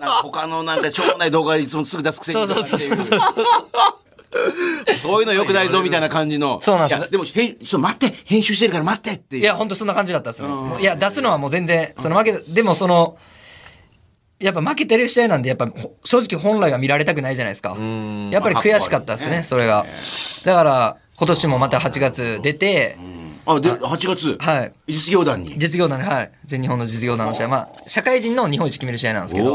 Speaker 3: なんか他のなんかしょうもない動画いつもすぐ出すくせに
Speaker 4: そう
Speaker 3: とか
Speaker 4: そう
Speaker 3: ってい
Speaker 4: そうそう
Speaker 3: う。そういうのよくないぞみたいな感じの。
Speaker 4: そうなんです
Speaker 3: いやでも、へん、ちょっと待って、編集してるから待ってっていう。
Speaker 4: いや、本当そんな感じだったですね。もういや、出すのはもう全然、その負けた、でもその、やっぱ負けてる試合なんで、やっぱほ正直本来は見られたくないじゃないですか。やっぱり悔しかったですね、それが。だから、今年もまた8月出て、
Speaker 3: あ、で、8月。
Speaker 4: はい。
Speaker 3: 実業団に。
Speaker 4: 実業団で、はい。全日本の実業団の試合。まあ、社会人の日本一決める試合なんですけど。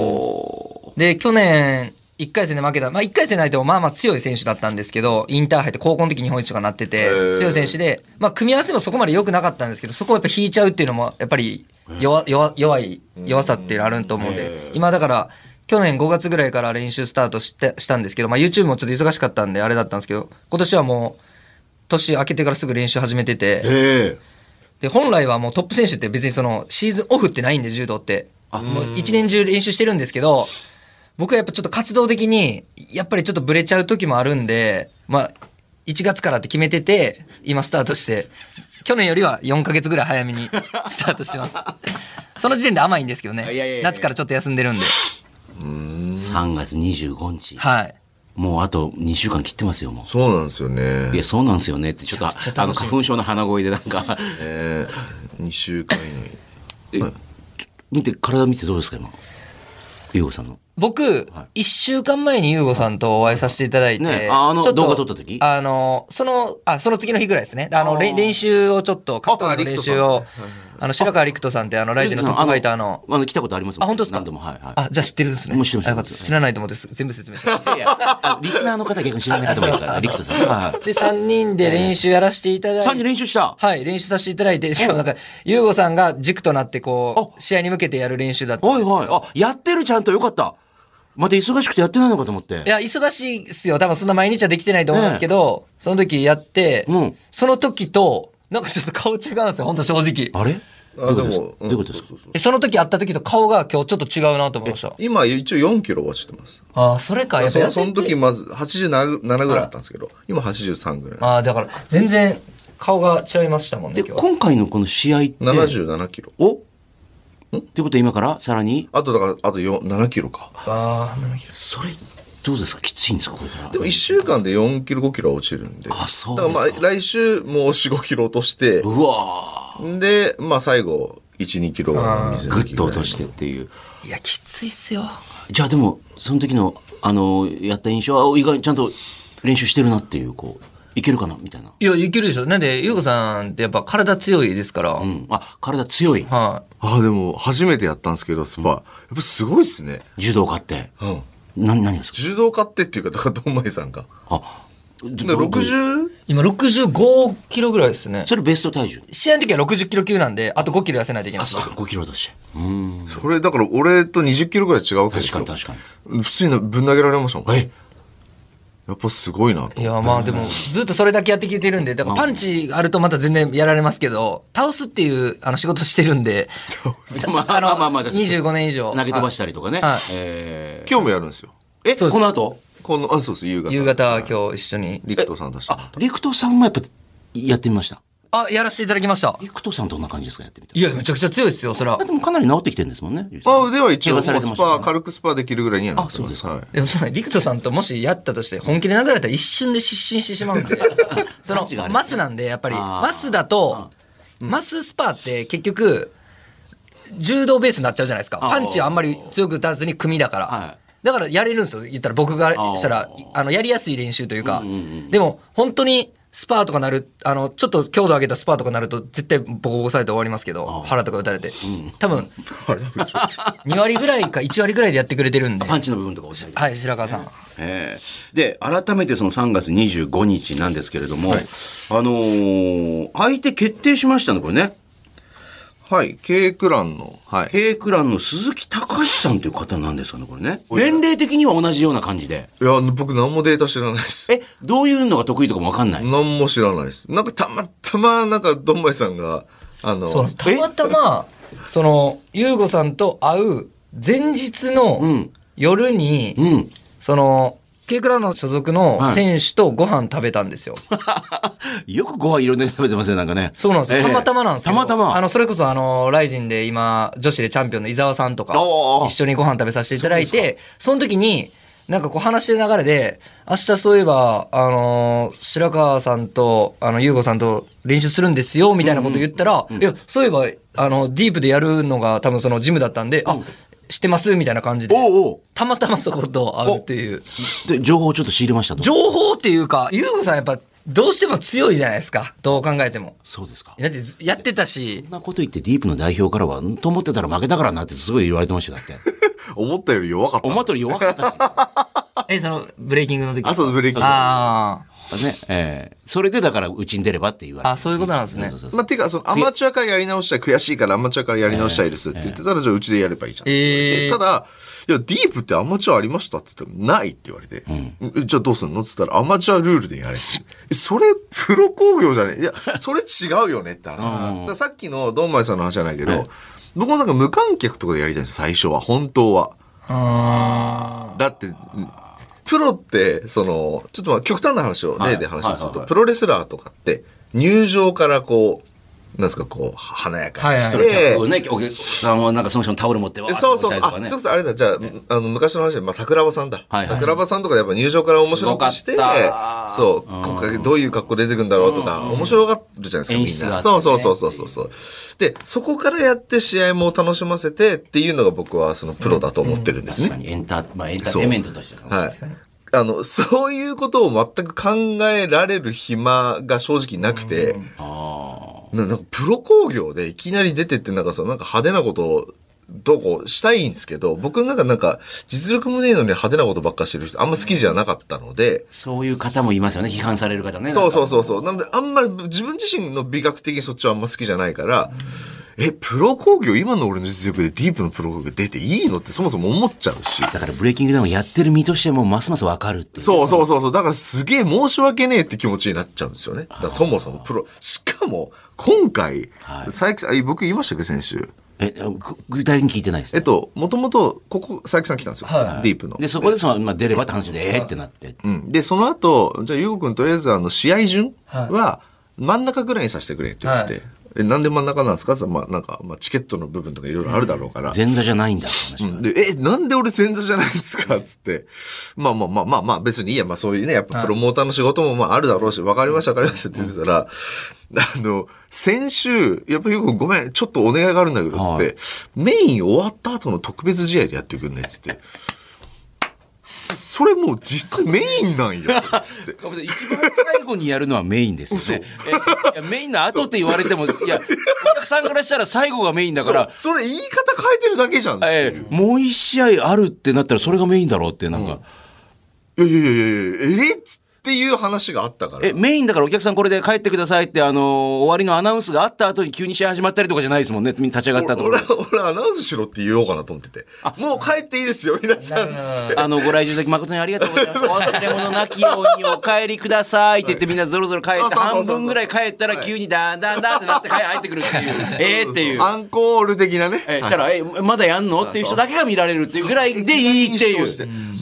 Speaker 3: お
Speaker 4: で、去年、1回戦で負けた。まあ、1回戦ないと、まあまあ強い選手だったんですけど、インターハイって高校の時日本一とかなってて、強い選手で、まあ、組み合わせもそこまで良くなかったんですけど、そこをやっぱ引いちゃうっていうのも、やっぱり弱、弱、弱い、弱さっていうのあると思うんで、今だから、去年5月ぐらいから練習スタートして、したんですけど、まあ、YouTube もちょっと忙しかったんで、あれだったんですけど、今年はもう、年明けてからすぐ練習始めて
Speaker 3: え
Speaker 4: て、
Speaker 3: え。
Speaker 4: で、本来はもうトップ選手って別にそのシーズンオフってないんで、柔道って。もう一年中練習してるんですけど、僕はやっぱちょっと活動的に、やっぱりちょっとブレちゃう時もあるんで、まあ、1月からって決めてて、今スタートして、去年よりは4ヶ月ぐらい 早めにスタートしてます。その時点で甘いんですけどね。
Speaker 3: いやいやいやいや
Speaker 4: 夏からちょっと休んでるんで。
Speaker 3: 3月25日。
Speaker 4: はい。
Speaker 3: もうあと2週間切ってますよ、もう。
Speaker 2: そうなんですよ
Speaker 3: い
Speaker 2: ね
Speaker 3: や、。そうなんですよねって、ちょっと、あの、花粉症の鼻声でなんか、
Speaker 2: えー、2週間以
Speaker 3: 見て、体見てどうですか、今。ゆうごさんの。
Speaker 4: 僕、一週間前にユーゴさんとお会いさせていただいて、
Speaker 3: ねああの
Speaker 4: ちょっと
Speaker 3: 動画撮った時
Speaker 4: あの、その、あ、その次の日ぐらいですね。あの、れん練習をちょっと、格闘技の練習を、あの、白川陸人さんって、あの、ライジンのトップファイターの、
Speaker 3: あの、来たことありますもん
Speaker 4: あ本当ですか
Speaker 3: 何度も、はいはい。
Speaker 4: あ、じゃあ知ってるんですね。
Speaker 3: もう知ってます
Speaker 4: あよかったです知らないと思ってす全部説明します。
Speaker 3: いやあリスナーの方逆に知らない方もいるから、リクトさん。はい
Speaker 4: で、三人で練習やらせていただいて、
Speaker 3: 3時練習した。
Speaker 4: はい、練習させていただいて、しかもなんか、ユーゴさんが軸となって、こう、試合に向けてやる練習だったん
Speaker 3: は
Speaker 4: で
Speaker 3: い
Speaker 4: すけど。
Speaker 3: はい。あ、やってるちゃんとよかった。また忙しくてやってないのかと思って。
Speaker 4: いや、忙しいっすよ。多分そんな毎日はできてないと思うんですけど、その時やって、
Speaker 3: うん
Speaker 4: その時と、なんかちょっと顔違うんですよ、本当正直。
Speaker 3: あれ
Speaker 2: 内。あ、で
Speaker 3: ど
Speaker 2: も、
Speaker 3: ういうことですかどういうことですか
Speaker 2: そうそうそう
Speaker 4: えその時会った時と顔が今日ちょっと違うなと思いました。
Speaker 2: 今一応4キロ落ちてます。
Speaker 4: ああ、それか、やっぱ
Speaker 2: そ
Speaker 4: 痩
Speaker 2: そ
Speaker 4: せ
Speaker 2: の
Speaker 4: て
Speaker 2: 時まず87ぐらいあったんですけど、今83ぐらい。
Speaker 4: ああ、だから全然顔が違いましたもんね、
Speaker 3: で、
Speaker 4: 今日。
Speaker 3: 今回のこの試合って。
Speaker 2: 77キロ。
Speaker 3: おってことは今からさらに
Speaker 2: あとだから、あと4 7キロか。
Speaker 4: ああ、7キロ。
Speaker 3: それ、どうですかきついんですかこれから。
Speaker 2: でも1週間で4キロ5キロは落ちるんで。
Speaker 3: あそう
Speaker 2: だからまあ来週もう4、5キロ落として、
Speaker 3: うわ
Speaker 2: で、まあ最後、1、2キロ水
Speaker 3: ー
Speaker 2: 抜
Speaker 3: グ
Speaker 2: き
Speaker 3: ッと落としてっていう。
Speaker 4: いや、きついっすよ。
Speaker 3: じゃあでも、その時の、あの、やった印象は、お意外にちゃんと練習してるなっていう、こう、いけるかなみたいな。
Speaker 4: いや、いけるでしょ。なんで、ゆうこさんってやっぱ体強いですから。
Speaker 3: うん。あ、体強い。
Speaker 4: は
Speaker 2: あ、でも初めてやったんですけど、スパ。やっぱすごいっすね。
Speaker 3: 柔道家って。
Speaker 2: うん。
Speaker 3: な、何がですか
Speaker 2: 柔道家ってっていうか、だからドンマイさんが。
Speaker 3: あ、で
Speaker 2: で、60?
Speaker 4: い。今65キロぐらいですね。
Speaker 3: それベスト体重
Speaker 4: 試合の時は60キロ級なんで、あと5キロ痩せないといけない。
Speaker 3: 5キロだし。
Speaker 2: それだから俺と20キロぐらい違うわけ
Speaker 3: 確
Speaker 2: です
Speaker 3: か
Speaker 2: よ。
Speaker 3: に確かに。
Speaker 2: に。普通にぶん投げられましたもん。
Speaker 3: え
Speaker 2: やっぱすごいなと
Speaker 4: い。や、まあでも、ずっとそれだけやってきてるんで、だからパンチがあるとまた全然やられますけど、倒すっていうあの仕事してるんで、
Speaker 3: まあまあまあまあ確かに
Speaker 4: 25年以上。
Speaker 3: 投げ飛ばしたりとかね。
Speaker 4: はい
Speaker 3: え
Speaker 2: 今日もやるんですよ。
Speaker 3: ーえ、この後
Speaker 2: この、あ、そうです、夕方。
Speaker 4: 夕方今日一緒に。
Speaker 2: リクトさん出してもらった。
Speaker 3: リクトさんもやっぱやってみました。
Speaker 4: あ、やらせていただきました。
Speaker 3: リクトさんどんな感じですかやってみて。
Speaker 4: いや、めちゃくちゃ強いですよ、そら
Speaker 3: あ、。でもかなり治ってきてるんですもんね。
Speaker 2: あ、では一
Speaker 3: 怪我
Speaker 2: 応、もう
Speaker 3: されてま
Speaker 2: ス
Speaker 3: した
Speaker 2: パ、
Speaker 3: ね
Speaker 2: 軽くスパできるぐらいにはなって
Speaker 3: あそう
Speaker 2: ま
Speaker 3: です
Speaker 2: す。
Speaker 3: か
Speaker 2: はい。
Speaker 4: でもそのリクトさんともしやったとして本気で殴られたら一瞬で失神してしまう んで、そ
Speaker 3: 価
Speaker 4: の
Speaker 3: 値がある
Speaker 4: マスなんで、やっぱり、
Speaker 3: あー
Speaker 4: マスだと、マススパーって結局、柔道ベースになっちゃうじゃないですか。
Speaker 3: あー
Speaker 4: パンチはあんまり強く打たずに組だから。
Speaker 3: はい
Speaker 4: だからやれるんですよ。言ったら僕がしたら、あの、やりやすい練習というか。でも、本当に、スパーとかなる、あの、ちょっと強度上げたスパーとかなると、絶対ボコボコされて終わりますけど、腹とか打たれて。多分、2割ぐらいか1割ぐらいでやってくれてるんで。
Speaker 3: パンチの部分とか押さえて。
Speaker 4: はい、白川さん。
Speaker 3: ええで、改めてその3月25日なんですけれども、あのー相手決定しましたね、これね。
Speaker 2: はい。K クランの、はい。
Speaker 3: K クランの鈴木隆さんという方なんですかね、これね。年齢的には同じような感じで。
Speaker 2: いや、僕何もデータ知らないです。
Speaker 3: え、どういうのが得意とかもわかんない。
Speaker 2: 何も知らないです。なんかたまたま、なんか、どんまいさんが、あの、
Speaker 4: そうたまたま、その、ゆうごさんと会う前日の
Speaker 3: ん
Speaker 4: 夜に、
Speaker 3: うん。
Speaker 4: その、K クラの所属の選手とご飯食べたんですよ。
Speaker 3: よくご飯いろんなの食べてますよ、なんかね。
Speaker 4: そうなんですよ。
Speaker 3: ええ
Speaker 4: たまたまなんですけど。
Speaker 3: たまたま。
Speaker 4: あの、それこそあの、ライジンで今、女子でチャンピオンの伊沢さんとか
Speaker 3: おー、
Speaker 4: 一緒にご飯食べさせていただいて、その時に、なんかこう話してる流れで、明日そういえば、あのー白川さんと、あの、ゆうごさんと練習するんですよ、みたいなこと言ったら、いや、そういえば、あの、ディープでやるのが多分そのジムだったんで、あ、知ってますみたいな感じで、
Speaker 3: おうおう
Speaker 4: たまたまそこと会うっていう。
Speaker 3: で、情報をちょっと仕入れましたと。
Speaker 4: 情報っていうか、ゆうごさんやっぱ、どうしても強いじゃないですか。どう考えても。
Speaker 3: そうですか。
Speaker 4: だってずやってたし
Speaker 3: そん、なこと言ってディープの代表からは、んと思ってたら負けたからなってすごい言われてましたよ、だって。
Speaker 2: 思ったより弱かった。
Speaker 3: おまとり弱かったか
Speaker 4: え、その、ブレイキングの時
Speaker 2: あ、そう、ブレーキ。
Speaker 4: あ
Speaker 3: らね。ええそれでだから、うちに出ればって言われて。
Speaker 4: あ、あ、そういうことなんですね。
Speaker 2: まあ、ていうか、その、アマチュアからやり直したい、悔しいからアマチュアからやり直したいですって言ってたら、じゃあうちでやればいいじゃん。
Speaker 4: えー
Speaker 2: でただ、いや、ディープってアマチュアありましたって言ったら、ないって言われて、えじゃあどうすんのって言ったら、アマチュアルールでやれ。えそれ、プロ工業じゃねえ。いや、それ違うよねって話なんですよだからさっきのドンマイさんの話じゃないけど、僕もなんか無観客とかでやりたいんですよ、最初は。本当は。だって、プロって、その、ちょっとまあ極端な話を、例で話をすると、プロレスラーとかって、入場からこう、なんですか、こう、華やかにして、
Speaker 4: はい
Speaker 3: そうね、お客さんはなんかその人のタオル持ってわー
Speaker 2: え
Speaker 3: って
Speaker 2: そうそう
Speaker 3: 置
Speaker 2: そう。
Speaker 3: いてあ
Speaker 2: あ、
Speaker 3: るとかね
Speaker 2: そうそう、あれだ。じゃあ、あの、昔の話で、まあ、桜庭さんだ。
Speaker 3: はいはい
Speaker 2: 桜庭さんとかやっぱ入場から面白くして
Speaker 3: すごかっ、た
Speaker 2: そう、今回どういう格好出てくんだろうとか、面白がってるじゃないですか、み
Speaker 3: 演出
Speaker 2: ん
Speaker 3: があ
Speaker 2: な。
Speaker 3: って
Speaker 2: そ
Speaker 3: ね
Speaker 2: うそうそうそうそうそう。で、そこからやって試合も楽しませてっていうのが僕はそのプロだと思ってるんですね。
Speaker 3: 確かにエンター、まあエンターテインメントとしての。
Speaker 2: はい。あの、そういうことを全く考えられる暇が正直なくて、ななんかプロ工業でいきなり出てってなんかそのなんか派手なことをどうこうしたいんですけど、僕なんかなんか実力もねえのに派手なことばっかしてる人あんま好きじゃなかったので、
Speaker 3: そういう方もいますよね、批判される方ね。。
Speaker 2: そうそうそううそう。なのであんまり自分自身の美学的にそっちはあんま好きじゃないから、え、プロ工業、今の俺の実力でディープのプロ工業出ていいのってそもそも思っちゃうし。
Speaker 3: だからブレイキングダウンをやってる身としてもますますわかるっていう。
Speaker 2: そうそうそうそう。だからすげえ申し訳ねえって気持ちになっちゃうんですよね。だからそもそもプロ。しかも、今回、佐伯さん、あ僕言いましたっけ、先週。
Speaker 3: え、ぐ具体的に聞いてないです
Speaker 2: えっ
Speaker 3: ね。
Speaker 2: と、もともと、ここ、佐伯さん来たんですよ。ディープの。
Speaker 3: で、そこでその、まあ、出ればって話で、えーってなって。
Speaker 2: うん。で、その後、じゃあ、ゆうごくんとりあえず、あの、試合順は、真ん中ぐらいにさせてくれって言って、
Speaker 4: は
Speaker 2: え、なんで真ん中なんですかさまあ、なんか、まあ、チケットの部分とかいろいろあるだろうから。
Speaker 3: 前座じゃないんだって話。
Speaker 2: うんで、え、なんで俺前座じゃないですかつって。まあまあまあまあまあ、別にいいや。まあそういうね、やっぱプロモーターの仕事もまああるだろうし、わかりましたわかりましたって言ってたら、 あの、先週、やっぱよくごめん、ちょっとお願いがあるんだけど、つっ
Speaker 3: はい
Speaker 2: て、メイン終わった後の特別試合でやってくんねつって。それもう実質メインなんや。つって。
Speaker 3: 一番最後にやるのはメインですよね。えいやメインの後って言われても、いや、お客さんからしたら最後がメイン だから、
Speaker 2: それ言い方変えてるだけじゃん。
Speaker 3: えーもう一試合あるってなったらそれがメインだろうって、なんか、
Speaker 2: いやいやいやいやえっつっていう話があったから。
Speaker 3: え、メインだからお客さんこれで帰ってくださいって、あのー終わりのアナウンスがあった後に急に試合始まったりとかじゃないですもんね。みんな立ち上がったところ
Speaker 2: 俺。俺俺アナウンスしろって言おうかなと思っててもう帰っていいですよ皆さん
Speaker 3: あの、ご来場いただき誠にありがとうございます。お忘れ物なきようにお帰りくださいって言ってみんなぞろぞろ帰って、
Speaker 2: そうそうそうそう
Speaker 3: 半分ぐらい帰ったら急にだんだんだんってなって入ってくるっていう。えーっていう。
Speaker 2: アンコール的なね、
Speaker 3: えーしたら、えーまだやんのっていう人だけが見られるっていうぐらいでいいってい
Speaker 2: 一緒
Speaker 3: う。
Speaker 2: に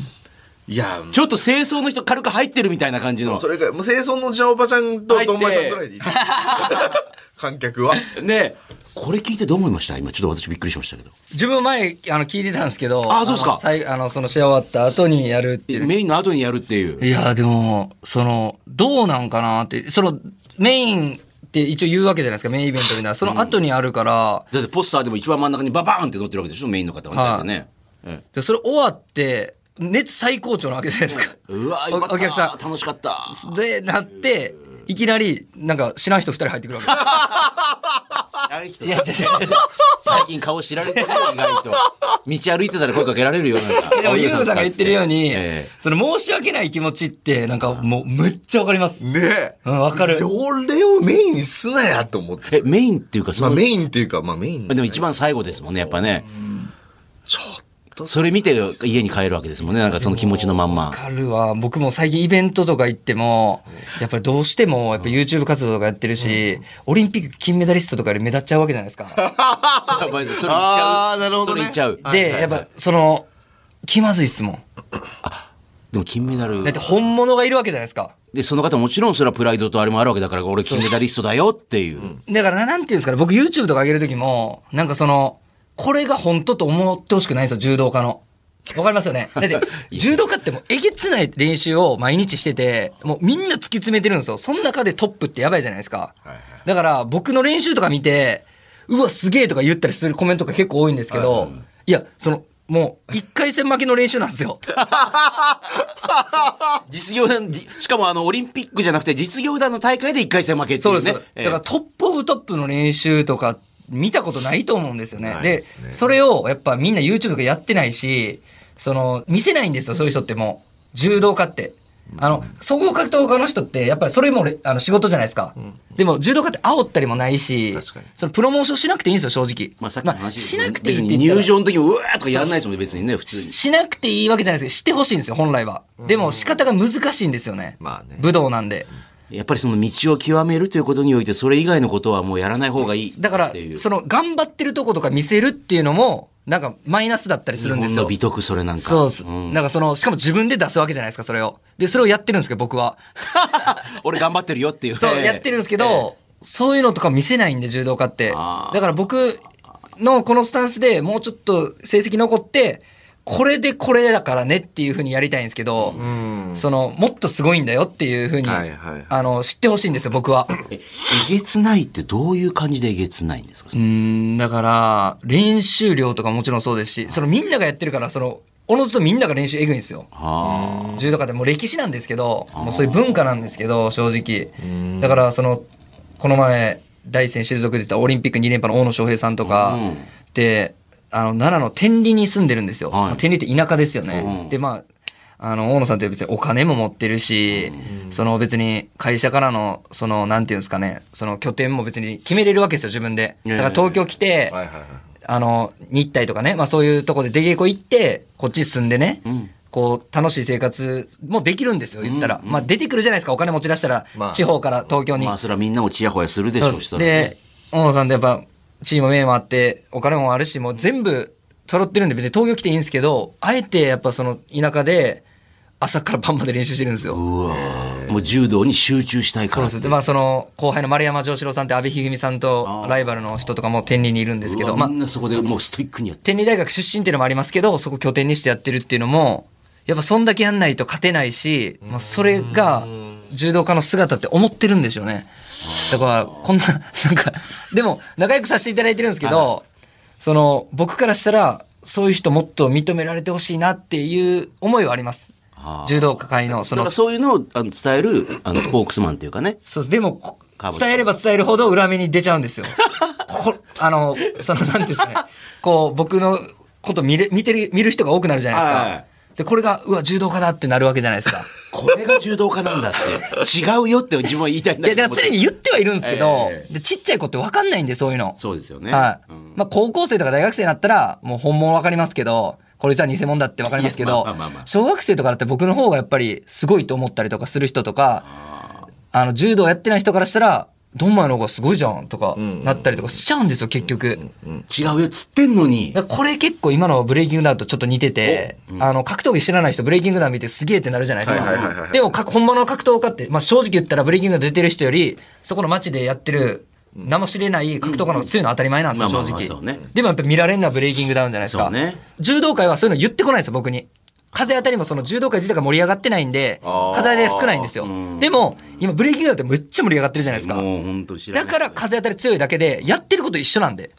Speaker 2: いや
Speaker 3: ちょっと清掃の人軽く入ってるみたいな感じの。
Speaker 2: それぐらいもう清掃のじゃおばちゃんと
Speaker 3: 入って
Speaker 2: ドンマイさんぐらいでいい 観客は
Speaker 3: ねこれ聞いてどう思いました今ちょっと私びっくりしましたけど。
Speaker 4: 自分前、あの、聞いてたんですけど。
Speaker 3: あそうっすか
Speaker 4: の最あの、その試合終わった後にやるっていう。
Speaker 3: メインの後にやるっていう。
Speaker 4: いや、でも、その、どうなんかなって、その、メインって一応言うわけじゃないですか、メインイベントみたいな。その後にあるから、
Speaker 3: だってポスターでも一番真ん中にババーンって載ってるわけでしょメインの方はね。
Speaker 4: はい
Speaker 3: だってねええ
Speaker 4: でそれ終わって、熱最高潮なわけじゃないですか。
Speaker 3: うわ
Speaker 4: お
Speaker 3: よかった
Speaker 4: お客さん。
Speaker 3: 楽しかった。
Speaker 4: で、なって、いきなり、なんか知らん人二人入ってくるわけ。
Speaker 3: ある人いや、違う違う違う最近顔知られてるよ意外と。道歩いてたら声かけられるよ、なんか。
Speaker 4: でも、ゆうさんが言ってるように
Speaker 3: ええ、
Speaker 4: その申し訳ない気持ちって、なんかもう、むっちゃわかります。
Speaker 2: ねえ。
Speaker 4: うん、わかる。
Speaker 2: 俺をメインにすなやと思って。
Speaker 3: え、メインっていうか、そ
Speaker 2: まあ
Speaker 3: の、
Speaker 2: メインっていうか、まあメイン。
Speaker 3: でも一番最後ですもんね、やっぱね。
Speaker 2: ちょっと。
Speaker 3: それ見て家に帰るわけですもんね、なんかその気持ちのまんま
Speaker 4: わ。かるわ。僕も最近イベントとか行っても、やっぱりどうしても、やっぱ YouTube 活動とかやってるし、オリンピック金メダリストとかより目立っちゃうわけじゃないですか。
Speaker 3: あごめんなさいそれ言っちゃう。
Speaker 2: あーなるほど
Speaker 3: それ
Speaker 2: ね。
Speaker 3: 言っちゃう。
Speaker 4: で、やっぱその、気まずいっすもん。
Speaker 3: でも金メダル
Speaker 4: だっ。て本物がいるわけじゃないですか。
Speaker 3: で、その方もちろんそれはプライドとあれもあるわけだから、俺金メダリストだよっていう。
Speaker 4: だからな、なんていうんですかね、僕 YouTube とか上げるときも、なんかその、これが本当と思ってほしくないんですよ、柔道家の。わかりますよ ね。だって、柔道家ってもうえげつない練習を毎日してて、もうみんな突き詰めてるんですよ。その中でトップってやばいじゃないですか。だから、僕の練習とか見て、うわ、すげえとか言ったりするコメントが結構多いんですけど、いや、その、もう、一回戦負けの練習なんですよ。
Speaker 3: 実業団、じしかもあの、オリンピックじゃなくて実業団の大会で1回戦負けってい
Speaker 4: そう
Speaker 3: う
Speaker 4: で
Speaker 3: ね
Speaker 4: す。。だ
Speaker 3: え
Speaker 4: か
Speaker 3: え
Speaker 4: らトップオブトップの練習とか見たことないと思うんですよね。
Speaker 2: ない
Speaker 4: で
Speaker 2: ですね
Speaker 4: それをやっぱみんな YouTube とかやってないし、その、見せないんですよ、そういう人ってもう。柔道家って。あの、総合格闘家の人って、やっぱりそれもれあの仕事じゃないですか。でも、柔道家って煽ったりもないし
Speaker 2: 確かに、
Speaker 4: そのプロモーションしなくていいんですよ、正直。
Speaker 3: まあさっきの話
Speaker 4: しなくていいっ
Speaker 3: 別
Speaker 4: て
Speaker 3: に
Speaker 4: 言った
Speaker 3: 入
Speaker 4: ら
Speaker 3: 場の時もうわーとかやんないですもんね、別にね、普通に。
Speaker 4: しなくていいわけじゃないですけど、してほしいんですよ、本来は。でも、仕方が難しいんですよね。
Speaker 2: まあね
Speaker 4: 武道なんで。
Speaker 3: やっぱりその道を極めるということにおいて、それ以外のことはもうやらない方がいいっていう。
Speaker 4: だからその頑張ってるとことか見せるっていうのもなんかマイナスだったりす
Speaker 3: 日
Speaker 4: るんです
Speaker 3: 本の
Speaker 4: よ
Speaker 3: 美徳、それなんか。
Speaker 4: そうです、
Speaker 3: ん
Speaker 4: なんかそのしかも自分で出すわけじゃないですかそれをでそれをやってるんですけど僕は
Speaker 3: 俺頑張ってるよっていう。
Speaker 4: そう、
Speaker 3: ええ
Speaker 4: やってるんですけど、そういうのとか見せないんで柔道家ってだ
Speaker 3: あ
Speaker 4: か
Speaker 3: ー
Speaker 4: ら僕のこのスタンスでもうちょっと成績残ってこれでこれだからねっていうふうにやりたいんですけど、そのもっとすごいんだよっていうふうに、
Speaker 2: はいはい
Speaker 4: あの知ってほしいんですよ僕は。
Speaker 3: ええげつないってどういう感じでえげつないんですか
Speaker 4: うーんだから練習量とかもちろんそうですしそのみんながやってるからそのおのずとみんなが練習えぐいんですよ
Speaker 3: ああ。
Speaker 4: 柔道家ってもう歴史なんですけどもうそういう文化なんですけど正直だからそのこの前第一戦退くでたオリンピック2連覇の大野将平さんとか
Speaker 3: うん
Speaker 4: であの奈良の天理に住んでるんですよ、
Speaker 3: はい
Speaker 4: まあ天理って田舎ですよね、
Speaker 3: うん
Speaker 4: でまああの大野さんって別にお金も持ってるし、その別に会社からのそのなんていうんですかねその拠点も別に決めれるわけですよ自分でだから東京来て、
Speaker 2: はいはいはい。
Speaker 4: あの、日体とかね、まあそういうとこで出稽古行って、こっち住んでね、
Speaker 3: ん
Speaker 4: こう、楽しい生活もできるんですよ、言ったら。まあ出てくるじゃないですか、お金持ち出したら、
Speaker 2: まあ
Speaker 4: 地方から東京に。
Speaker 3: まあ、それはみんなもちやほやするでしょうし、
Speaker 4: そ
Speaker 3: そうれはね
Speaker 4: で、大野さんってやっぱ、チーム名もあって、お金もあるし、もう全部揃ってるんで、別に東京来ていいんですけど、あえてやっぱその田舎で、朝から晩まで練習してるんですよ。
Speaker 3: うわーもう柔道に集中したいか
Speaker 4: そう
Speaker 3: ら
Speaker 4: です。で、まあ、その、後輩の丸山城志郎さんって、阿部一二三さんと
Speaker 3: あ、ー
Speaker 4: ライバルの人とかも天理にいるんですけ
Speaker 3: う
Speaker 4: ど、
Speaker 3: わ
Speaker 4: まあ
Speaker 3: みん、なそこでもうストイックにやって
Speaker 4: 天理大学出身っていうのもありますけど、そこ拠点にしてやってるっていうのも、やっぱそんだけやんないと勝てないし、まあ、それが柔道家の姿って思ってるんでしょうね。だから、こんな、なんか、でも仲良くさせていただいてるんですけど、その、僕からしたら、そういう人もっと認められてほしいなっていう思いはあります
Speaker 3: あ。ー
Speaker 4: 柔道家界の、そ
Speaker 3: だか
Speaker 4: の
Speaker 3: ら、そういうのをあの伝えるあのスポークスマンっていうかね。
Speaker 4: そうですでも、こ
Speaker 3: カーブ
Speaker 4: 伝えれば伝えるほど裏目に出ちゃう んですよ。こあの、その、なんていうんですかね。こう、僕のこと見れ見てる、見る人が多くなるじゃない
Speaker 3: はい
Speaker 4: です
Speaker 3: は
Speaker 4: か。で、これが、うわ、柔道家だってなるわけじゃない ですか。
Speaker 3: これが柔道家なんだって。違うよって自分は言いたいん
Speaker 4: い
Speaker 3: だ
Speaker 4: や、だから常に言ってはいるんですけど
Speaker 3: え、
Speaker 4: でちっちゃい子って分かんないんで、そういうの。
Speaker 3: そうですよね。
Speaker 4: はい。
Speaker 3: うん
Speaker 4: まあ、高校生とか大学生になったら、もう本物分かりますけど、これじゃ偽物だって分かりますけ
Speaker 3: いや
Speaker 4: ど
Speaker 3: まあまあまあま、あ
Speaker 4: 小学生とかだって僕の方がやっぱりすごいと思ったりとかする人とか、あの、柔道やってない人からしたら、ドンマイの方がすごいじゃんとか、なったりとかしちゃうんですよ、結局。
Speaker 3: 違うよっつってんのに。
Speaker 4: だからこれ結構今のブレイキングダウンとちょっと似てて、あの、格闘技知らない人、ブレイキングダウン見てすげえってなるじゃないです
Speaker 2: はいはいはいは
Speaker 4: か。
Speaker 2: い
Speaker 4: でも、か本物の格闘家って、まあ正直言ったらブレイキングダウン出てる人より、そこの街でやってる、名も知れない格闘家の方が強いのは当たり前なんですよ、
Speaker 3: うんま
Speaker 4: 正
Speaker 3: あまあまあそう
Speaker 4: 直
Speaker 3: ね。
Speaker 4: でもやっぱ見られるのはブレイキングダウンじゃないです
Speaker 3: そ
Speaker 4: か
Speaker 3: うね。
Speaker 4: 柔道界はそういうの言ってこないんですよ、僕に。風当たりもその柔道界自体が盛り上がってないんで、
Speaker 2: あー
Speaker 4: 風当たりが少ないんですよ。でも、今ブレイキングダウンってめっちゃ盛り上がってるじゃないですか。
Speaker 3: もう本当知らな
Speaker 4: だ
Speaker 3: い。
Speaker 4: から風当たり強いだけで、やってること一緒なんで。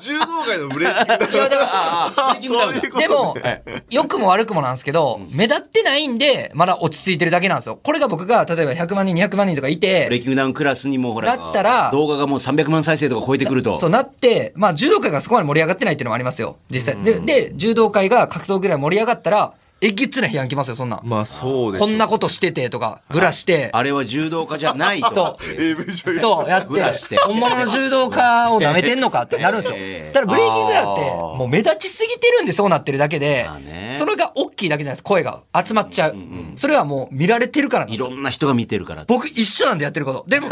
Speaker 2: 柔道界のブレーキン グ
Speaker 4: いやだから
Speaker 3: あ
Speaker 2: そういうこと
Speaker 4: でも
Speaker 3: はい、
Speaker 4: 良くも悪くもなんですけど、目立ってないんで、まだ落ち着いてるだけなんですよ。これが僕が、例えば100万人、200万人とかい
Speaker 3: ブレイ
Speaker 4: て、
Speaker 3: キングダウンクラスにもほら、
Speaker 4: だったら
Speaker 3: 動画がもう300万再生とか超えてくると。
Speaker 4: そうなって、まあ、柔道界がそこまで盛り上がってないっていうのもありますよ、実際。で、で柔道界が格闘ぐらい盛り上がったら、えげつない批判来ますよ、そんなん。
Speaker 2: まあそうでしょ
Speaker 4: こんなことしててとか、ブラして、
Speaker 3: あれは柔道家じゃないとかって。
Speaker 2: AV 女優
Speaker 4: そうやっ
Speaker 3: ブラして
Speaker 4: て、本物の柔道家を舐めてんのかってなるんです
Speaker 3: ええ
Speaker 4: よ。ただブレイキングダウンって、
Speaker 2: あー
Speaker 4: もう目立ちすぎてるんでそうなってるだけで
Speaker 3: まあね、
Speaker 4: それが大きいだけじゃないです、声が集まっちゃう。それはもう見られてるからなん
Speaker 3: い
Speaker 4: ですよ
Speaker 3: ろんな人が見てるから。
Speaker 4: 僕一緒なんでやってること。でも、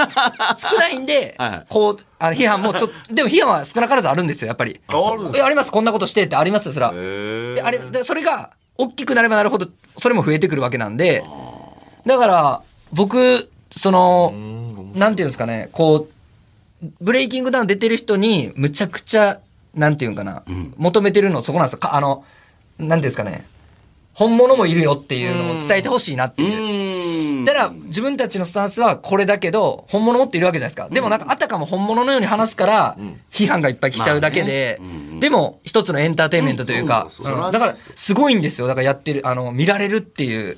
Speaker 4: 少ないんで
Speaker 3: はいはい、
Speaker 4: こう、あの批判もちょっと、でも批判は少なからずあるんですよ、やっぱり。
Speaker 2: あるんです
Speaker 4: いやあります、こんなことしてってありますよ、そら。
Speaker 2: へえ
Speaker 4: であれでそれが大きくなればなるほどそれも増えてくるわけなんでだから僕そのなんていうんですかねこうブレイキングダウン出てる人にむちゃくちゃなんていうんかな、求めてるのそこなんですよかあのなんていうんですかね本物もいるよっていうのを伝えてほしいなって
Speaker 3: う
Speaker 4: いう。
Speaker 3: ーん。
Speaker 4: だから自分たちのスタンスはこれだけど本物持っているわけじゃないですか。でもなんかあたかも本物のように話すから批判がいっぱい来ちゃうだけで、でも一つのエンターテインメントというか、
Speaker 2: そうそうそう
Speaker 4: うんだからすごいんですよ。だからやってる、あの、見られるっていう。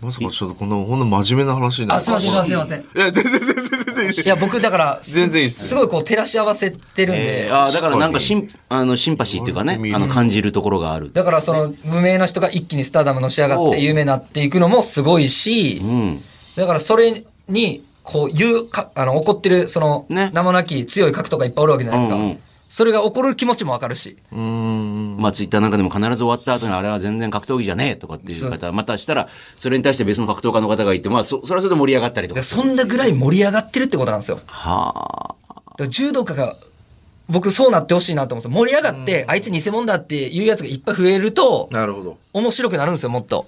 Speaker 2: まさかちょっとこんなほんの真面目な話にな
Speaker 4: あ、
Speaker 2: る
Speaker 4: すいません、すいません、すいません。
Speaker 2: い
Speaker 4: い
Speaker 2: や全然全然全然
Speaker 4: や、僕だから、す
Speaker 2: 全然いいっす
Speaker 4: すごいこう照らし合わせてるん
Speaker 3: え
Speaker 4: で
Speaker 3: ー、あーだからなんかシンあのシンパシーっていうかね、あの感じるところがある。
Speaker 4: だからその無名の人が一気にスターダムのし上がっ
Speaker 3: そう
Speaker 4: て有名になっていくのもすごいし、
Speaker 3: うん。
Speaker 4: だからそれに、こういうか、あの、怒ってる、その、
Speaker 3: ね
Speaker 4: 名もなき強い格闘家いっぱいおるわけじゃないですか。
Speaker 3: うんうん
Speaker 4: それが怒る気持ちもわかるし。
Speaker 3: まあ、ツイッターなんかでも必ず終わった後にあれは全然格闘技じゃねえとかっていう方、またしたら、それに対して別の格闘家の方がいて、まあ、そ、それはそれで盛り上がったりとか
Speaker 4: で。そんなぐらい盛り上がってるってことなんですよ。だか
Speaker 3: はあ。
Speaker 4: ら柔道家が、僕そうなってほしいなと思うんですよ。盛り上がって、あいつ偽物だっていうやつがいっぱい増えると、
Speaker 2: なるほど
Speaker 4: 面白くなるんですよ、もっと。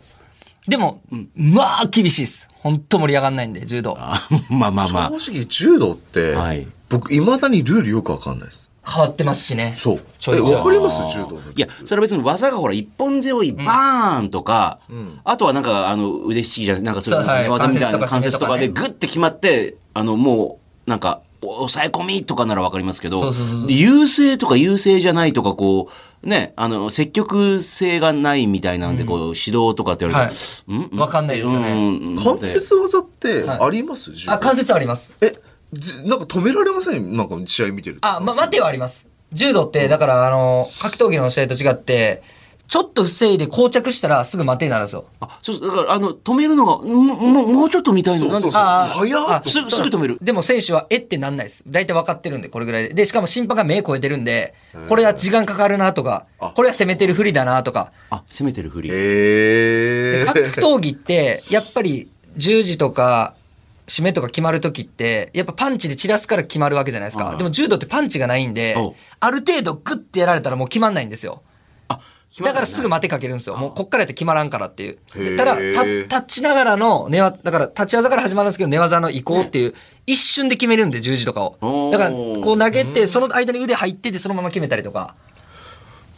Speaker 4: でも、まあ厳しいです。ほんと盛り上がんないんで、柔道。
Speaker 3: あまあまあまあ。
Speaker 2: 正直柔道って、
Speaker 3: はい
Speaker 2: 僕いまだにルールよくわかんないです
Speaker 4: 変わってますしね。
Speaker 2: そう
Speaker 4: ちょい
Speaker 2: え
Speaker 4: ち
Speaker 2: わ
Speaker 4: ょ
Speaker 2: か
Speaker 4: い。
Speaker 2: ります柔道の
Speaker 3: いや、それは別に技がほら、一本背負い、バーンとか、あとはなんか、あの、腕引きじゃ、なんかそういう
Speaker 4: そうはい
Speaker 3: 技みたいな関
Speaker 4: 関
Speaker 3: 節
Speaker 4: 節
Speaker 3: と
Speaker 4: と
Speaker 3: か
Speaker 4: か
Speaker 3: で
Speaker 4: ね
Speaker 3: グッて決まって、あの、もう、なんか、抑え込みとかならわかりますけど
Speaker 4: そうそうそうそ、う
Speaker 3: で優勢とか優勢じゃないとか、こう、ね、あの、積極性がないみたいなんで、こう、指導とかって言われて、
Speaker 4: はいわかんないですよね
Speaker 3: ね
Speaker 2: 関節技ってあります、柔道
Speaker 4: あ、関節あります。
Speaker 2: えずなんか止められませんなんか試合見てると
Speaker 4: あ、ま、待てはあります。柔道って、だから、あの、格闘技の試合と違って、ちょっと防いで膠着したらすぐ待てになるんですよ。
Speaker 3: あ、そうそう、だから、あの、止めるのが、んもう、もうちょっと見たいの。なんで
Speaker 2: そう
Speaker 4: あ
Speaker 2: 早っと思って
Speaker 3: すぐ、すぐ止める。
Speaker 4: でも選手は、えってなんないです。大体分かってるんで、これぐらいで。で、しかも審判が目超えてるんで、これは時間かかるなとか、これは攻めてる不利だなとか。
Speaker 3: あ、攻めてるふり。
Speaker 2: え
Speaker 4: 格
Speaker 2: ー、
Speaker 4: 闘技って、やっぱり10時とか、締めとか決まるときって、やっぱパンチで散らすから決まるわけじゃないです
Speaker 3: はいは
Speaker 4: か。
Speaker 3: い
Speaker 4: でも柔道ってパンチがないんで
Speaker 3: おう、
Speaker 4: ある程度グッてやられたらもう決まんないんですよ。
Speaker 3: あ、決ま
Speaker 4: だ
Speaker 3: らな
Speaker 4: か
Speaker 3: い
Speaker 4: らすぐ待てかけるんですよ。もうこっからやって決まらんからっていう。
Speaker 2: へー
Speaker 4: でただ、た立ちながらの寝技、だから立ち技から始まるんですけど、寝技の移行っていう、一瞬で決めるんで、十字とか
Speaker 3: おー
Speaker 4: を。だから、こう投げて、その間に腕入ってて、そのまま決めたりとか。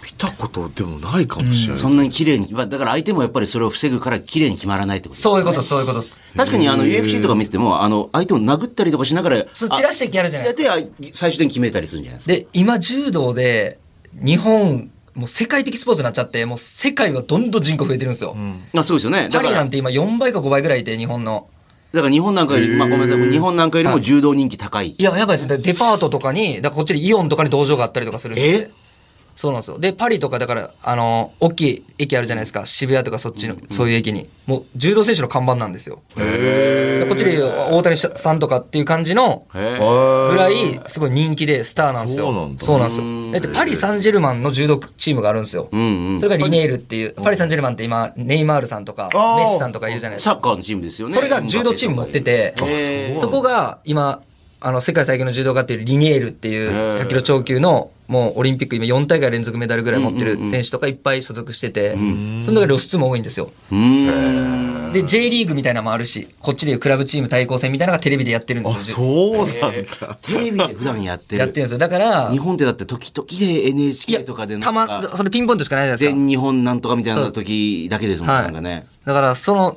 Speaker 2: 見たことでもないかもしれない、
Speaker 3: そんなに綺麗に、まあだから相手もやっぱりそれを防ぐから綺麗に決まらないってことです
Speaker 4: そういうこと、そういうことです。
Speaker 3: 確かにあの UFC とか見てても、あの、相手を殴ったりとかしながら、
Speaker 4: そう散らしてやるじゃないです
Speaker 3: か。やって、あ最終的に決めたりするんじゃないですか。
Speaker 4: で、今、柔道で、日本、もう世界的スポーツになっちゃって、もう世界はどんどん人口増えてるんですよ。
Speaker 3: あそうですよね。だ
Speaker 4: パ
Speaker 3: か
Speaker 4: リ
Speaker 3: ら、
Speaker 4: なん
Speaker 3: だ
Speaker 4: て今4倍か5倍ぐらいいて、日本の。
Speaker 3: から日本なんかより、まあごめんなさい、日本なんかよりも柔道人気高い。
Speaker 4: いや、やばいです。だからデパートとかに、だからこっちにイオンとかに道場があったりとかするんです
Speaker 3: え
Speaker 4: よ。そうなんですよ。で、パリとか、だから、あの、大きい駅あるじゃないですか。渋谷とかそっちの、そういう駅に。もう、柔道選手の看板なんですよ。でこっちで言う大谷さんとかっていう感じの、
Speaker 3: へえ
Speaker 2: は
Speaker 4: ぐらい、すごい人気でスターなんですよ。
Speaker 2: そうなんだ
Speaker 4: なんですよ。だってパリ・サンジェルマンの柔道チームがあるんですよ。
Speaker 3: んうん
Speaker 4: それがリネールっていう、パリ・サンジェルマンって今、ネイマールさんとか、メ
Speaker 2: ー
Speaker 4: ッシさんとかいるじゃないです
Speaker 3: サッ
Speaker 4: か。
Speaker 3: カーのチームですよね。
Speaker 4: それが柔道チーム持ってて、
Speaker 3: へー
Speaker 4: そこが今、あの、世界最強の柔道家っていうリネールっていう
Speaker 3: へー
Speaker 4: 100キロ超級の、もうオリンピック今4大会連続メダルぐらい持ってる選手とかいっぱい所属してて、その中で露出も多いんですよ。
Speaker 3: うーん。
Speaker 4: で、J リーグみたいなのもあるし、こっちでいうクラブチーム対抗戦みたいなのがテレビでやってるんですよ。
Speaker 2: あそうなんだ、
Speaker 3: テレビで普段やってる。
Speaker 4: やってるんですよ。だから、
Speaker 3: 日本ってだって時々で
Speaker 4: い
Speaker 3: NHK
Speaker 4: や、
Speaker 3: とかでな
Speaker 4: た
Speaker 3: んか
Speaker 4: ま、それピンポイントしかないじゃないですか。
Speaker 3: 全日本なんとかみたいな時だけですもんね。なんかね。
Speaker 4: だから、その、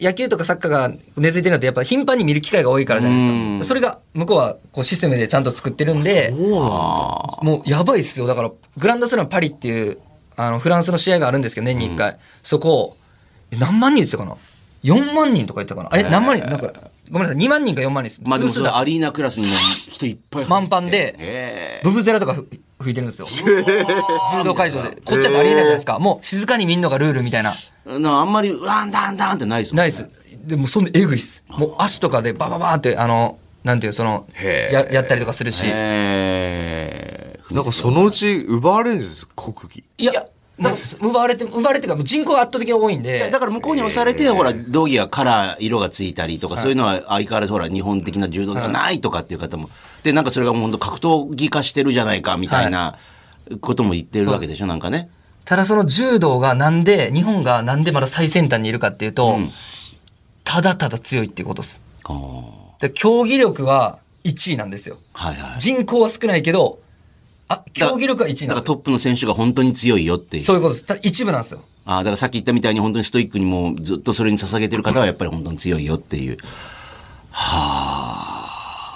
Speaker 4: 野球とかサッカーが根付いてるのってやっぱ頻繁に見る機会が多いからじゃないですか。それが向こうはこうシステムでちゃんと作ってるんで、もうやばいっすよ。だからグランドスラムパリっていうあのフランスの試合があるんですけど年に1回、そこをえ何万人言ってたかな ?4 万人とか言ってたかなえ、何万人なんか、ごめんなさい、2万人か4万人です。
Speaker 3: まあでもそれ
Speaker 4: ブースだ
Speaker 3: アリーナクラスにも人いっぱい入って
Speaker 4: 満帆で
Speaker 3: へ
Speaker 4: ブブゼラとかふ吹いてるん ですよ。柔道会場で。こっちはありえないじゃないですか。もう静かに見んのがルールみたいな。
Speaker 3: えなあんまりうわんだんだんってないですもんね
Speaker 4: ナイス。でもそんなえぐいっす。もう足とかでバババーって、あの、なんていう、その、
Speaker 2: へー
Speaker 4: ややったりとかするし。
Speaker 3: へー
Speaker 2: なんかそのうち奪われるんですよ国技。
Speaker 4: いや、もう奪われて、奪われてか、もう人口が圧倒的に多いんで。
Speaker 3: だから向こうに押されて、ほら、道着やカラー、色がついたりとか、そういうのは相変わらずほら、日本的な柔道がないとかっていう方も。で、なんかそれがもう本当格闘技化してるじゃないか、みたいなことも言ってるわけでしょ、なんかね。
Speaker 4: ただその柔道がなんで、日本がなんでまだ最先端にいるかっていうと、ただただ強いっていうことです。
Speaker 3: あー
Speaker 4: で競技力は1位なんですよ。
Speaker 3: はいはい。
Speaker 4: 人口は少ないけど、あ、競技力は1位
Speaker 3: だから
Speaker 4: なんです
Speaker 3: ト
Speaker 4: よ。
Speaker 3: ップの選手が本当に強いよっていう。
Speaker 4: そういうことです。ただ一部なんですよ。
Speaker 3: ああ、だからさっき言ったみたいに本当にストイックにもうずっとそれに捧げてる方はやっぱり本当に強いよっていう。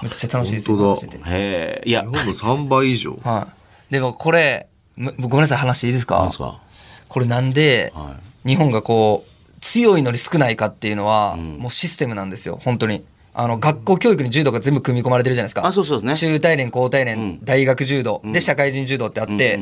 Speaker 4: めっちゃ楽しいです
Speaker 2: 本
Speaker 4: よ。
Speaker 2: 当だ
Speaker 4: 話してて
Speaker 3: へえ。いや、
Speaker 2: 日本の3倍以上。
Speaker 4: はい。でもこれ、むごめんなさい、話していいですか
Speaker 3: なんですか
Speaker 4: これなんで、
Speaker 3: は
Speaker 4: 日本がこう、強いのに少ないかっていうのは、もうシステムなんですよ、本当に。あの、学校教育に柔道が全部組み込まれてるじゃないですか。
Speaker 3: あそうそうですね
Speaker 4: 中大連、高大連、大学柔道、で、社会人柔道ってあって、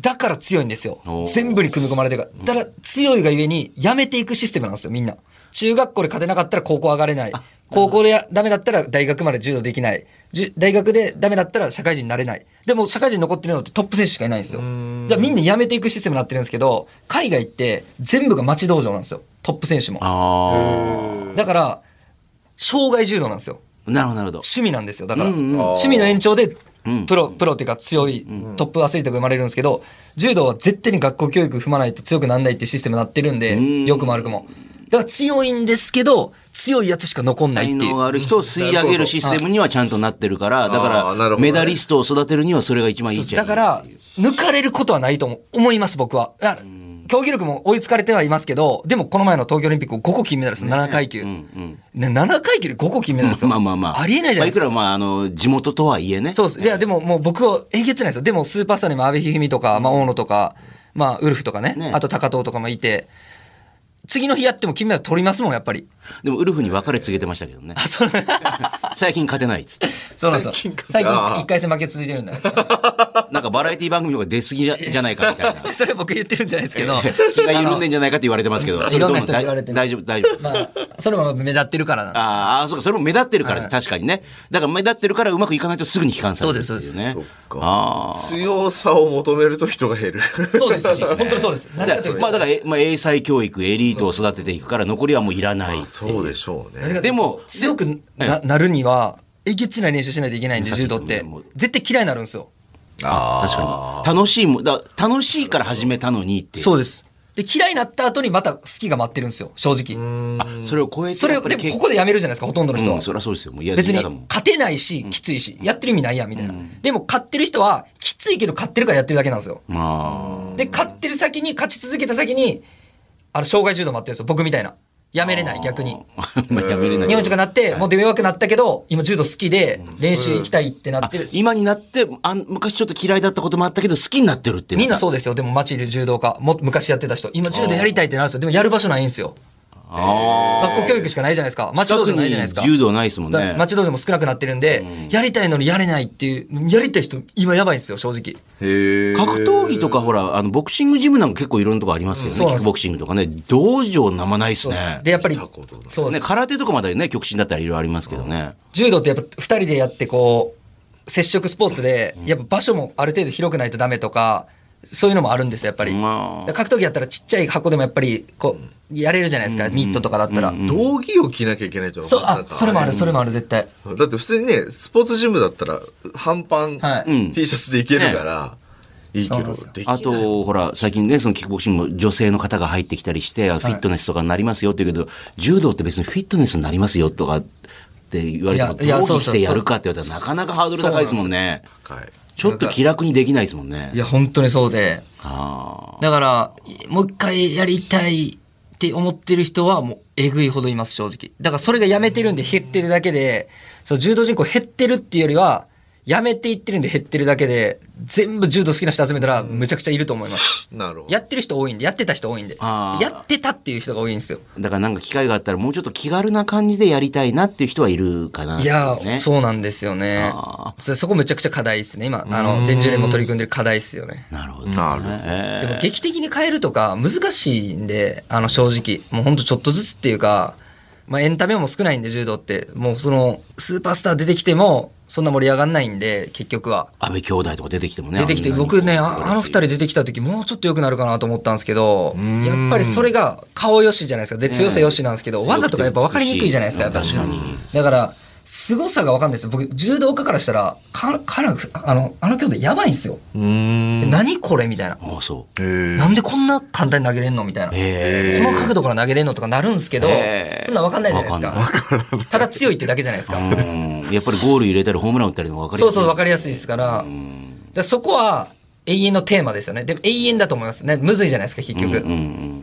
Speaker 4: だから強いんですよ
Speaker 3: おー。
Speaker 4: 全部に組み込まれてるから。だから強いがゆえに、やめていくシステムなんですよ、みんな。中学校で勝てなかったら高校上がれない。高校でやダメだったら大学まで柔道できない。じゅ大学でダメだったら社会人になれない。でも社会人残ってるのってトップ選手しかいないんですよ。じゃあみんなやめていくシステムになってるんですけど、海外って全部が町道場なんですよ。トップ選手も。
Speaker 3: あ
Speaker 4: だから、障害柔道なんですよ。
Speaker 3: あ。なるほど、なるほど。
Speaker 4: 趣味なんですよだから、
Speaker 3: うんうん
Speaker 4: 趣味の延長でプロ、プロっていうか強いトップアスリートが生まれるんですけど、柔道は絶対に学校教育踏まないと強くならないってシステムになってるんで、
Speaker 3: ん
Speaker 4: 良くも悪くも。だから強いんですけど、強いやつしか残んない
Speaker 3: 才
Speaker 4: ってい
Speaker 3: 能
Speaker 4: う。
Speaker 3: がある人を吸い上げるシステムにはちゃんとなってるから、だか
Speaker 2: あーな
Speaker 3: ら、
Speaker 2: るほどね
Speaker 3: メダリストを育てるにはそれが一番いいじゃん。
Speaker 4: だから、抜かれることはないと思思います、僕は。だから競技力も追いつかれてはいますけど、でもこの前の東京オリンピック5個金メダルです、7階級、
Speaker 3: うん
Speaker 4: ね。7階級で5個金メダルですよ。
Speaker 3: まあまあまあ。
Speaker 4: ありえないじゃないですか。
Speaker 3: まあ、いくらまあ、あの、地元とはいえね。
Speaker 4: そうです。いや、でももう僕はえげつないですよ。でもスーパースターにも阿部一二三とか、まあ大野とか、まあウルフとかね、
Speaker 3: ね
Speaker 4: あと高藤とかもいて、次の日やっても金メダル取りますもん、やっぱり。
Speaker 3: でも、ウルフに別れ告げてましたけどね。
Speaker 4: そうなん
Speaker 3: 最近勝てないっつって。
Speaker 4: そうなんです
Speaker 2: 最
Speaker 4: よ
Speaker 2: 近。か
Speaker 4: 最
Speaker 2: あ
Speaker 4: 近
Speaker 2: ー
Speaker 4: 一回戦負け続いてるんだよ。
Speaker 3: なんかバラエティ番組とか出過ぎじゃじゃないかみたいな。
Speaker 4: それ僕言ってるんじゃないですけど。
Speaker 3: 気が緩んでんじゃないかって言われてますけど。
Speaker 4: いろんな人に言われて
Speaker 3: そ
Speaker 4: る
Speaker 3: れとも大大丈夫、大丈夫。
Speaker 4: まあ、それも目立ってるからなんで
Speaker 3: あーあー、そうか、それも目立ってるから、確かにね。だから目立ってるからうまくいかないとすぐに帰還されるっていね。
Speaker 4: そうですそう
Speaker 3: ね。
Speaker 2: そっか
Speaker 3: ああ。
Speaker 2: 強さを求めると人が減る。
Speaker 4: そうです、そうです本当にそうです。何かという
Speaker 3: まあだ
Speaker 4: と、
Speaker 3: から、えまあ、英才教育、エリートを育てていくから、残りはもういらない。
Speaker 2: そうでしょう
Speaker 4: 何
Speaker 2: ね。
Speaker 4: か
Speaker 3: でも
Speaker 4: 強くななるには、えげつない練習しないといけないんで、柔道って
Speaker 3: もう。
Speaker 4: 絶対嫌いになるんですよ。
Speaker 3: 確かに。楽しいもん、だ楽しいから始めたのにっていう。
Speaker 4: そうです。で、嫌いになった後にまた好きが待ってるんですよ、正直。
Speaker 3: あそれを超えて、
Speaker 4: それ
Speaker 3: や
Speaker 4: を、
Speaker 3: っぱり
Speaker 4: でも
Speaker 3: 結
Speaker 4: ここでやめるじゃないですか、ほとんどの人
Speaker 3: う
Speaker 4: は
Speaker 3: ん、。そりゃそうですよ。もう嫌
Speaker 4: 別
Speaker 3: 嫌
Speaker 4: に
Speaker 3: だもん。
Speaker 4: 勝てないし、きついし、やってる意味ないやん、みたいな。でも、勝ってる人は、きついけど勝ってるからやってるだけなんですよ。
Speaker 3: ま
Speaker 4: で、勝ってる先に、勝ち続けた先に、あの、障害柔道待ってるんですよ、僕みたいな。やめれない、逆に。
Speaker 3: あ、 まあやめれない。
Speaker 4: 日本一とかなって、もう出弱くなったけど、今柔道好きで、練習行きたいってなってる。
Speaker 3: 今になってあん、昔ちょっと嫌いだったこともあったけど、好きになってるっていう
Speaker 4: みんな
Speaker 3: う。
Speaker 4: そうですよ。でも街いる柔道家。もっと昔やってた人。今柔道やりたいってなるんですよ。でもやる場所ないんですよ。
Speaker 3: あ
Speaker 4: 学校教育しかないじゃないですか。街道場ないじゃないです
Speaker 3: 近
Speaker 4: か。
Speaker 3: くに柔道ないですもん
Speaker 4: だから
Speaker 3: ね。
Speaker 4: 町道場も少なくなってるんで、やりたいのにやれないっていう、やりたい人、今やばいんですよ、正直。
Speaker 2: へえ。
Speaker 3: 格闘技とかほら、あの、ボクシングジムなんか結構いろんなとこありますけどね。
Speaker 4: そう
Speaker 3: キッ
Speaker 4: なんです
Speaker 3: クボクシングとかね。道場生ないっすね。
Speaker 4: で、やっぱり
Speaker 2: 見たことない、
Speaker 4: そうで
Speaker 3: ね、
Speaker 4: す。
Speaker 3: 空手とかまでね、極真だったらいろいろありますけどね。
Speaker 4: 柔道ってやっぱ2人でやってこう、接触スポーツで、やっぱ場所もある程度広くないとダメとか、そういうのもあるんですよ、やっぱり。
Speaker 3: まあ
Speaker 4: だから格闘技やったらちっちゃい箱でもやっぱり、こう、やれるじゃないですか、ミットとかだったら。
Speaker 2: 道着を着なきゃいけないと
Speaker 4: そう、あ、それもある、それもある、絶対。
Speaker 2: る。だって普通にね、スポーツジムだったら、半パン、
Speaker 4: はい
Speaker 3: うん
Speaker 2: T シャツでいけるから、いい
Speaker 4: そう
Speaker 2: け
Speaker 4: なん
Speaker 2: ど、
Speaker 4: ですよ
Speaker 2: できない
Speaker 3: あと、ほら、最近ね、そのキックボクシングも女性の方が入ってきたりして、あフィットネスとかになりますよって言うけど、柔道って別にフィットネスになりますよとかって言われても、
Speaker 4: いやいや
Speaker 3: どうし
Speaker 4: そうそうそ
Speaker 3: て
Speaker 4: う
Speaker 3: やるかって言われたらなかなかハードル高いですもんね。
Speaker 2: 高い。
Speaker 3: ちょっと気楽にできないですもんね
Speaker 4: い。や、本当にそうで。
Speaker 3: あ
Speaker 4: だから、もう一回やりたいってって思ってる人はもうえぐいほどいます正直だからそれがやめてるんで減ってるだけでその柔道人口減ってるっていうよりはやめていってるんで減ってるだけで全部柔道好きな人集めたらむちゃくちゃいると思います
Speaker 2: なるほど
Speaker 4: やってる人多いんでやってた人多いんで
Speaker 3: あー
Speaker 4: やってたっていう人が多いんですよ
Speaker 3: だからなんか機会があったらもうちょっと気軽な感じでやりたいなっていう人はいるかな、
Speaker 4: いやー、
Speaker 3: ね
Speaker 4: そうなんですよね
Speaker 3: あ
Speaker 4: そそこむちゃくちゃ課題ですね今あの全柔連も取り組んでる課題ですよね
Speaker 3: なるほど、
Speaker 2: なるほど
Speaker 3: え
Speaker 4: でも劇的に変えるとか難しいんであの正直もうほんとちょっとずつっていうか、まあ、エンタメも少ないんで柔道ってもうそのスーパースター出てきてもそんな盛り上がんないんで結局は。
Speaker 3: 安倍兄弟とか出てきてもね
Speaker 4: 出てきて
Speaker 3: あんなに
Speaker 4: 僕ねああの二人出てきた時もうちょっと良くなるかなと思ったんですけどやっぱりそれが顔よしじゃないですかで強さよしなんですけど
Speaker 3: え
Speaker 4: 技とかやっぱ分かりにくいじゃないですかやっぱ
Speaker 3: 確かに
Speaker 4: だから凄さが分かんないです僕柔道家からしたらかかなあのあの兄弟やばいんですよ
Speaker 2: うーん
Speaker 4: で何これみたいな
Speaker 3: あそう
Speaker 2: えー
Speaker 4: なんでこんな簡単に投げれんのみたいな。こ
Speaker 3: え
Speaker 4: の角度から投げれんのとかなるんですけど
Speaker 3: へ、ー
Speaker 4: そんなん分かんないじゃないですか。ただ強いってだけじゃないですか。
Speaker 3: ーうんやっぱりゴール入れたりホームラン打ったりの方が分かり
Speaker 4: そ
Speaker 3: や
Speaker 4: う
Speaker 3: すい
Speaker 4: そう、分かりやすいですから。だからそこは永遠のテーマですよね。でも永遠だと思いますね。むずいじゃないですか、結局。
Speaker 3: うんうん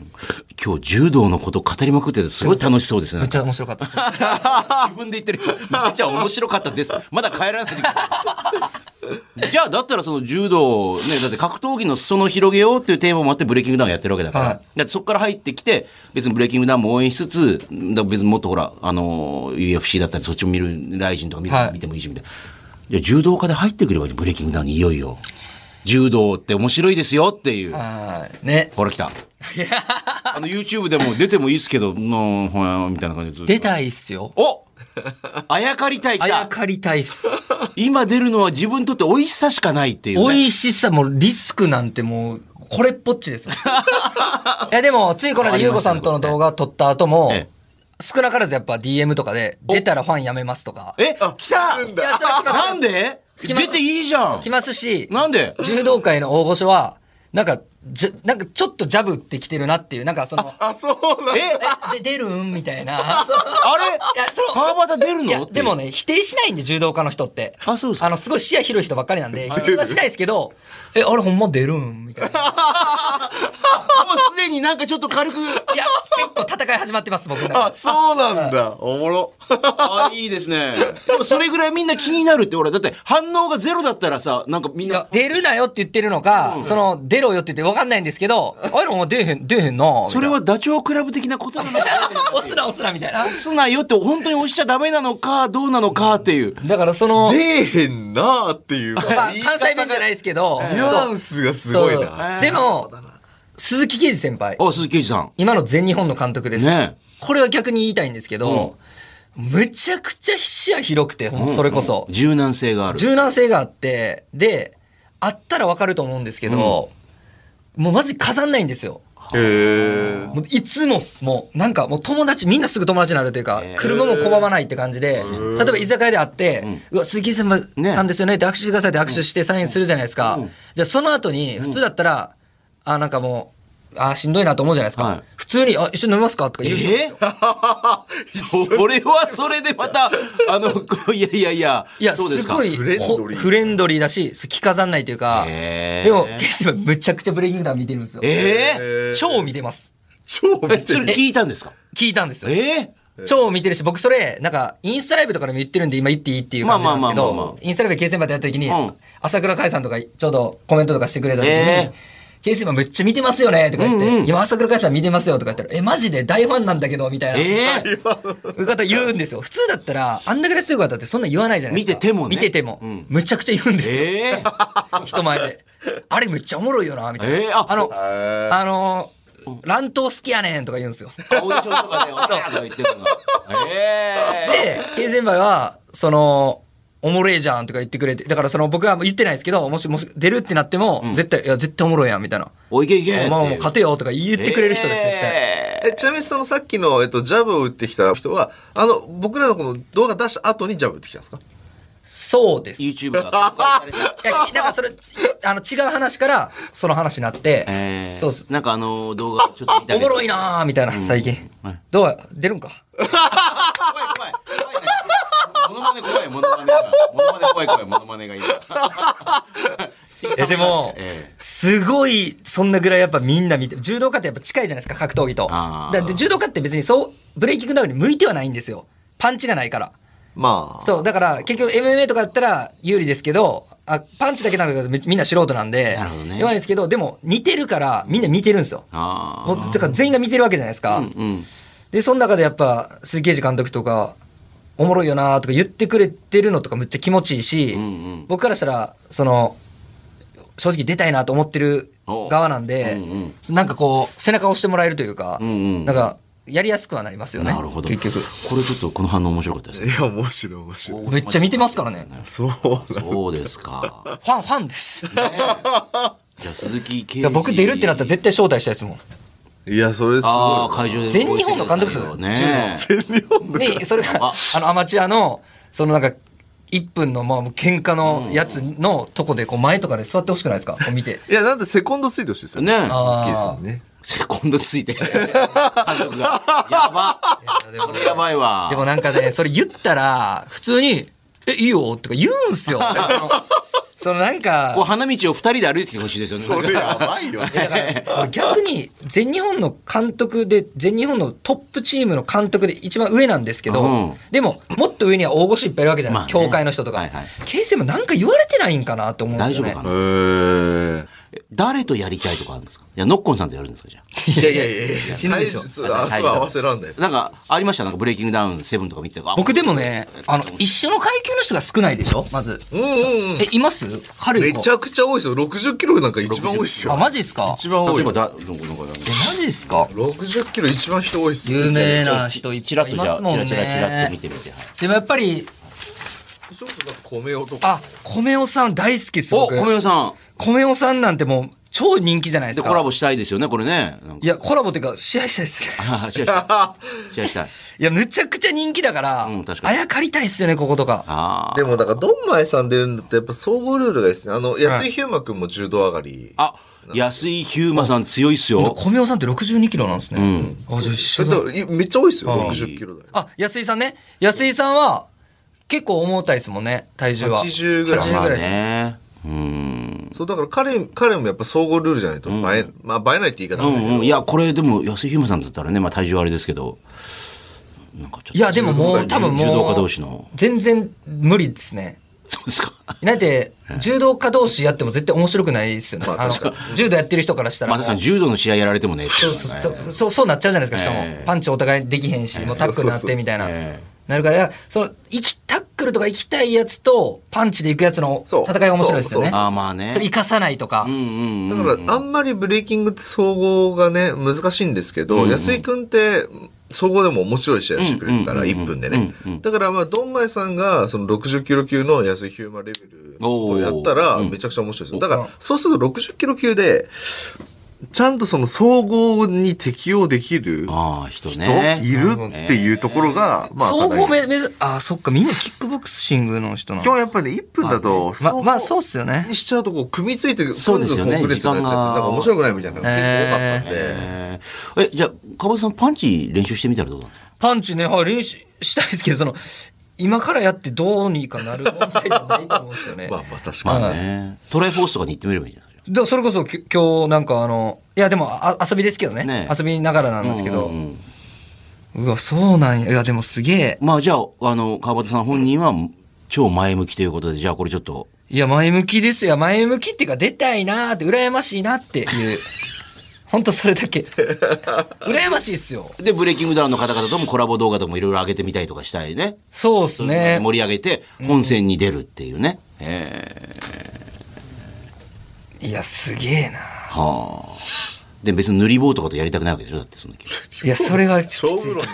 Speaker 3: 今日柔道のこと語りまくっててすごい楽しそうですね
Speaker 4: めっちゃ面白かったで す。
Speaker 3: 自分で言ってるめっちゃ面白かったですまだ帰 らないでじゃあだったらその柔道ねだって格闘技の裾野を広げようっていうテーマもあってブレイキングダウンやってるわけだから、
Speaker 4: はい
Speaker 3: だってそこから入ってきて別にブレイキングダウンも応援しつつだから別にもっとほらあの UFC だったりそっちも見るライジンとか見,、
Speaker 4: はい
Speaker 3: 見てもいいしみたいなじゃあ柔道家で入ってくればいいブレイキングダウンにいよいよ柔道って面白いですよっていう、
Speaker 4: はい。ね。
Speaker 3: ほら来 たあの YouTube でも出てもいいですけどのほやみたいな感じでずっと
Speaker 4: 出たいっすよ。
Speaker 3: おあやかりたい
Speaker 4: あ
Speaker 3: 来
Speaker 4: や
Speaker 3: た
Speaker 4: かりたいっす。
Speaker 3: 今出るのは自分にとって美味しさしかないっていう、ね。
Speaker 4: 美味しさもリスクなんてもう、これっぽっちです よ。いや、でも、ついこの間、ゆうこさんとの動画撮った後も
Speaker 3: ええ、
Speaker 4: 少なからずやっぱ DM とかで、出たらファンやめますとか、
Speaker 3: え
Speaker 2: あ
Speaker 3: 来た
Speaker 2: 来るん
Speaker 4: いや
Speaker 2: だ
Speaker 4: それ来ます
Speaker 3: なんで
Speaker 4: 来ます
Speaker 3: 出ていいじゃん
Speaker 4: 来ますし、
Speaker 3: なんで
Speaker 4: 柔道界の大御所は、なんか、じゃ、なんかちょっとジャブってきてるなっていう、なんかそ の、
Speaker 2: あそうなんだ
Speaker 3: え
Speaker 4: え、で、出るんみた いな。
Speaker 3: あれ
Speaker 4: いや、その、
Speaker 3: 川端出る
Speaker 4: いや、
Speaker 3: の
Speaker 4: でも
Speaker 3: ね。
Speaker 4: ね、否定しないんで、柔道家の人って。
Speaker 3: あそうですか
Speaker 4: あの、すごい視野広い人ばっかりなん で、否定はしないですけど、え、あれほんま出るんみたいな。
Speaker 3: もうすでになんかちょっと軽く。
Speaker 4: いや、結構戦い始まってます、僕の中
Speaker 2: あ
Speaker 4: で。
Speaker 2: そうなんだおもろ
Speaker 3: あ、いいですね。でもそれぐらいみんな気になるって、俺。だって反応がゼロだったらさ、なんかみん
Speaker 4: いや
Speaker 3: な。
Speaker 4: 出るなよって言ってるのか、その、出ろよって言って分かんないんですけど、あれお前出えへん、出えへんなみたいな
Speaker 3: それはダチョウ倶楽部的なことなのか。
Speaker 4: 押すな押すなみたいな。
Speaker 3: すなよって本当に押しちゃダメなのか、どうなのかっていう。
Speaker 4: だからその
Speaker 2: 出、えへんなーっていう
Speaker 4: まあ
Speaker 2: 言い
Speaker 4: 関西弁じゃないですけど、
Speaker 2: ニュアンスがすごい
Speaker 4: そう
Speaker 2: な
Speaker 4: でも、鈴木刑事先輩、
Speaker 3: あ、鈴木刑事さん。
Speaker 4: 今の全日本の監督です。
Speaker 3: ね
Speaker 4: これは逆に言いたいんですけど、むちゃくちゃ視野広くて、ほんとそれこそ、
Speaker 3: 柔軟性がある。
Speaker 4: 柔軟性があって、で、あったらわかると思うんですけど、もうマジ飾んないんですよ。
Speaker 2: へえ
Speaker 4: もういつもっす、もう、なんかもう友達、みんなすぐ友達になるというか、車も拒まないって感じで、例えば居酒屋で会って、うわ、鈴木さん
Speaker 3: ね
Speaker 4: さんですよねって握手してくださいって握手してサインするじゃないですか。じゃあその後に、普通だったら、あ、なんかもう、あ、しんどいなと思うじゃないですか。
Speaker 3: はい
Speaker 4: 普通に、あ、一緒に飲みますかとか言う人
Speaker 3: え それはそれでまた、あの、こういやいやいや、
Speaker 4: いや、す
Speaker 3: そうですか
Speaker 4: ごい
Speaker 2: フレンド
Speaker 4: ほ
Speaker 2: リー
Speaker 4: フレンドリーだし、す着飾んないというか、
Speaker 3: へー
Speaker 4: でも、ケースはむちゃくちゃブレイキングダウン見てるんですよ。
Speaker 3: え
Speaker 4: 超見てます。
Speaker 2: 超見
Speaker 3: ー、え
Speaker 2: て
Speaker 3: それ
Speaker 2: る
Speaker 3: 聞いたんですか
Speaker 4: 聞いたんですよ。
Speaker 3: え
Speaker 4: 超見てるし、僕それ、なんか、インスタライブとかでも言ってるんで、今言っていいっていう感じなんですけ
Speaker 3: まあまあまあまあま
Speaker 4: ど
Speaker 3: あ、
Speaker 4: インスタライブで K 先輩とやった時に
Speaker 3: うん、
Speaker 4: 朝倉海さんとかちょうどコメントとかしてくれた時
Speaker 3: え
Speaker 4: に、K 先輩めっちゃ見てますよねとか言って、今朝倉海さん見てますよとか言ったら、え、マジで大ファンなんだけど、みた
Speaker 3: ー、
Speaker 4: い
Speaker 3: えー、
Speaker 4: な方言うんですよ。普通だったら、あんだけ強い方ってそんな言わないじゃないですか。
Speaker 3: 見ててもね
Speaker 4: 見てても。むちゃくちゃ言うんですよ。
Speaker 3: えー、
Speaker 4: 人前で。あれめっちゃおもろいよな、みたいな。
Speaker 3: えーあ
Speaker 4: あの、
Speaker 2: へー
Speaker 4: あの、乱闘好きやねんとか言うんですよ。
Speaker 3: オーディションとかで、お世話とか言ってたのが。えー、
Speaker 4: で、ケイ先輩は、その、おもれえじゃんとか言ってくれて、だからその僕は言ってないですけど、もし、もし出るってなっても、絶対、いや、絶対おもろいやん、みたいな。
Speaker 3: おいけいけってい
Speaker 4: お前
Speaker 3: う。
Speaker 4: もう勝てよとか言ってくれる人です、絶対。
Speaker 3: え
Speaker 2: えちなみにそのさっきの、えっと、ジャブを打ってきた人はあの僕らのこの動画出した後にジャブ打ってきたんですか
Speaker 4: そうです。
Speaker 3: ー、
Speaker 4: い
Speaker 3: YouTube が公開された。
Speaker 4: や、だからそれ、あの、違う話から、その話になって、
Speaker 3: えー、
Speaker 4: そうっす。
Speaker 3: なんかあの動画ちょっと見たけど
Speaker 4: おもろいなーみたいな、最近。どうや、出るんか。
Speaker 3: 怖い怖い怖い怖いねモノマネ怖いモノマネがモノマネ怖い怖いモノマネがいい
Speaker 4: え、でも、
Speaker 3: え
Speaker 4: すごい、そんなぐらいやっぱみんな見て、柔道家ってやっぱ近いじゃないですか、格闘技と。
Speaker 3: あー
Speaker 4: だって柔道家って別にそう、ブレイキングダウンに向いてはないんですよ。パンチがないから。
Speaker 2: まあ。
Speaker 4: そう、だから結局 MMA とかだったら有利ですけど、あパンチだけなのかみみんな素人なんで、
Speaker 3: なるほどね
Speaker 4: 弱いんですけど、でも似てるからみんな見てるんですよ。
Speaker 3: あ
Speaker 4: もうだから全員が見てるわけじゃないですか。
Speaker 3: ーうん。
Speaker 4: で、その中でやっぱ、鈴木英二監督とか、おもろいよなとか言ってくれてるのとかむっちゃ気持ちいいし、
Speaker 3: んうん
Speaker 4: 僕からしたら、その、正直出たいなと思ってる側なんで、
Speaker 3: おううん
Speaker 4: なんかこう、背中を押してもらえるというか、
Speaker 3: うんうん
Speaker 4: なんか、やりやすくはなりますよね。
Speaker 3: なるほど。
Speaker 4: 結局。。
Speaker 3: これちょっとこの反応面白かったです
Speaker 2: い
Speaker 3: ね。
Speaker 2: や、面白い、面白い。
Speaker 4: めっちゃ見てますからね。
Speaker 2: そうなん
Speaker 3: そうですか。
Speaker 4: ファン、ファンです。
Speaker 3: じゃあ鈴木圭
Speaker 4: いや僕出るってなったら絶対招待したいですもん。
Speaker 2: いや、それす
Speaker 3: ああ、
Speaker 2: ご
Speaker 3: 会場で。
Speaker 4: 全日本の監督ですよ
Speaker 3: ね。
Speaker 2: い。全日本の
Speaker 4: で、それが、あの、アマチュアの、そのなんか、1分の、まあ、喧嘩のやつのとこで、こう、前とかで座ってほしくないですかこう見 て。
Speaker 2: いや、なんでセコンドついてほしいですよ
Speaker 3: ね
Speaker 2: ね。
Speaker 3: え
Speaker 2: 鈴木さんね。
Speaker 3: セコンドついて。監督が。やば。これやばいわ。
Speaker 4: でもなんかね、それ言ったら、普通に、え、いいよとか言う んすよ。その、そのなん
Speaker 3: こう
Speaker 4: か、
Speaker 3: 花道を二人で歩いてきてほしいですよね。
Speaker 2: それやばいよ ね。
Speaker 4: 逆に、全日本の監督で、全日本のトップチームの監督で一番上なんですけど、
Speaker 3: うん
Speaker 4: でも、もっと上には大御所いっぱいいるわけじゃない、
Speaker 3: まあね
Speaker 4: 協会の人とか。
Speaker 3: はいはい
Speaker 4: 形成もなんか言われてないんかなと思うんです
Speaker 3: 大丈
Speaker 4: よね。
Speaker 3: 夫か
Speaker 2: え
Speaker 3: な
Speaker 2: ー
Speaker 3: 誰とやりたいとかあるんですかいや、ノッコンさんとやるんですかじゃ
Speaker 2: いやいやいやいや、
Speaker 4: 死ぬでしょ
Speaker 2: 大事そうあそう合わせらんないで
Speaker 3: あ。
Speaker 2: す。
Speaker 3: なんか、ありましたなんか、ブレイキングダウン7とか見てたか
Speaker 4: 僕でもね、あの、一緒の階級の人が少ないでしょまず。
Speaker 2: うんうんうん。
Speaker 4: え、います軽い
Speaker 2: め
Speaker 4: 子。
Speaker 2: ちゃくちゃ多いですよ。60キロなんか一番多いです
Speaker 4: あ、
Speaker 2: よ。
Speaker 4: マジっすか
Speaker 2: 一番多
Speaker 3: 例え
Speaker 2: い
Speaker 3: ば。だ、どこどこだ
Speaker 4: え、マジっすか
Speaker 2: 60キロ一番人多いですよ。
Speaker 4: 有名な人いっ
Speaker 3: ち
Speaker 4: ぱ
Speaker 3: ら
Speaker 4: い
Speaker 3: っ
Speaker 4: い
Speaker 3: とじ
Speaker 4: ま
Speaker 3: ゃあ、
Speaker 4: す
Speaker 3: ち
Speaker 4: もん
Speaker 3: ら
Speaker 4: ね。
Speaker 3: ちらちらっと見てみて。はい
Speaker 4: でもやっぱり、
Speaker 2: それこそだって米男。
Speaker 4: あ、米尾さん大好きっす、
Speaker 3: お、
Speaker 4: 僕。
Speaker 3: 米代さん。
Speaker 4: 米尾さんなんてもう、超人気じゃないで
Speaker 3: です
Speaker 4: か。
Speaker 3: コラボしたいですよね、これね。なんか
Speaker 4: いや、コラボっていうか、試合したいっすね。
Speaker 3: あ試合したい。試合したい。
Speaker 4: いや、むちゃくちゃ人気だから、
Speaker 3: うん確か
Speaker 4: あ
Speaker 3: に
Speaker 4: やかりたいっすよね、こことか。
Speaker 3: あ
Speaker 2: でもだから、ドンマイさん出るんだってやっぱ総合ルールがいいですね。あの、安井ヒューマ君も柔道上がり。
Speaker 3: あ。あ、安井ヒューマさん強いっすよ。
Speaker 4: 米尾さんって62キロなんですね。あ、じゃあ一緒だ
Speaker 2: だ。からいめっちゃ多いですよ、60キロ台。
Speaker 4: あ、安井さんね。安井さんは、結構重たいですもんね、体重は。
Speaker 2: 80ぐらい
Speaker 4: 80ぐらいです。
Speaker 3: ね。うん。
Speaker 2: そう、だから彼、彼もやっぱ総合ルールじゃないと、映え、まあ映えないって言い方
Speaker 3: う
Speaker 2: も
Speaker 3: んうん。
Speaker 2: ね
Speaker 3: いや、これでも、安井ヒューマさんだったらね、まあ体重はあれですけど。なんかちょっと。
Speaker 4: いや、でもも
Speaker 2: 柔
Speaker 4: う、
Speaker 2: 道家
Speaker 4: 多分もう、
Speaker 3: 柔道家同士の
Speaker 4: 全然無理ですね。
Speaker 3: そうですか。
Speaker 4: なんて、柔道家同士やっても絶対面白くないですよね。
Speaker 2: まあ
Speaker 4: あ
Speaker 2: 確
Speaker 4: の、柔道やってる人からしたら
Speaker 3: ま
Speaker 4: も
Speaker 3: あ
Speaker 4: う。
Speaker 3: 確かに柔道の試合やられてもね。
Speaker 4: そうそうそうそうそうなっちゃうじゃないですかしかも、
Speaker 3: ええ
Speaker 4: パンチお互いできへんし、もうタックルなってみたいな、
Speaker 3: そうそうそうえ
Speaker 4: なるからその行きタックルとか行きたいやつとパンチで行くやつの戦
Speaker 2: そう
Speaker 4: いが面白いですよ
Speaker 2: そうそ
Speaker 4: ね
Speaker 2: うそう
Speaker 3: あーまあね
Speaker 4: それ生かさないとか、
Speaker 3: うんうんうん。
Speaker 2: だから、あんまりブレイキングって総合がね、難しいんですけど、安井君って、総合でも面白い試合をしてくれるから、
Speaker 3: うんうんうん
Speaker 2: 1分でね。だから、まあ、ドンマイさんが、その60キロ級の安井ヒューマンレベルをやったら、めちゃくちゃ面白いですよ。だから、そうすると60キロ級で、ちゃんとその総合に適応できる
Speaker 3: ああ、人
Speaker 2: 人
Speaker 3: ね。
Speaker 2: いるっていうところが、まあ、
Speaker 4: 総合
Speaker 2: 基
Speaker 4: めめずあーそっかみんなキックボクシングの人なの
Speaker 2: 本やっぱりね、1分だと、
Speaker 4: ま
Speaker 2: 総合
Speaker 4: まあそうっすよね
Speaker 2: にしちゃうと、こう、組みついて、
Speaker 3: そうですよね
Speaker 2: どんどんこうグレスになっちゃって、
Speaker 3: 時間
Speaker 2: な
Speaker 3: が
Speaker 2: んか面白くないみたいなのが結構多かったんで。
Speaker 3: えーえ、じゃあ、かぼさんパンチ練習してみたらどうなんですか
Speaker 4: パンチねはい練習したいですけどその今からやってどうにかなる問題じゃないと思うんですよね
Speaker 2: まあまあ確
Speaker 4: ま
Speaker 2: か
Speaker 4: あ
Speaker 2: に。
Speaker 4: はい
Speaker 3: ねトライフォースとかに行ってみればいいんじゃないですか
Speaker 4: でそれこそき今日なんかあのいやでもあ遊びですけどね
Speaker 3: ね
Speaker 4: 遊びながらなんですけど、
Speaker 3: うんうんうん
Speaker 4: うわそうなんやいやでもすげえ
Speaker 3: まあじゃあ、あの、川端さん本人は超前向きということで、じゃあこれちょっと、
Speaker 4: いや前向きですよ前向きっていうか出たいなーって羨ましいなっていう ほんとそれだけ 羨ましいっすよ
Speaker 3: で、ブレイキングダウンの方々ともコラボ動画とかもいろいろ上げてみたりとかしたいね。
Speaker 4: そうっすね
Speaker 3: 盛り上げて、本戦に出るっていうね。ええ
Speaker 4: いやすげえな
Speaker 3: はあ。で、別に塗り棒とかとやりたくないわけでしょだってその時。
Speaker 4: いやそれはちょ
Speaker 2: 超
Speaker 4: っときつい
Speaker 2: 風呂に。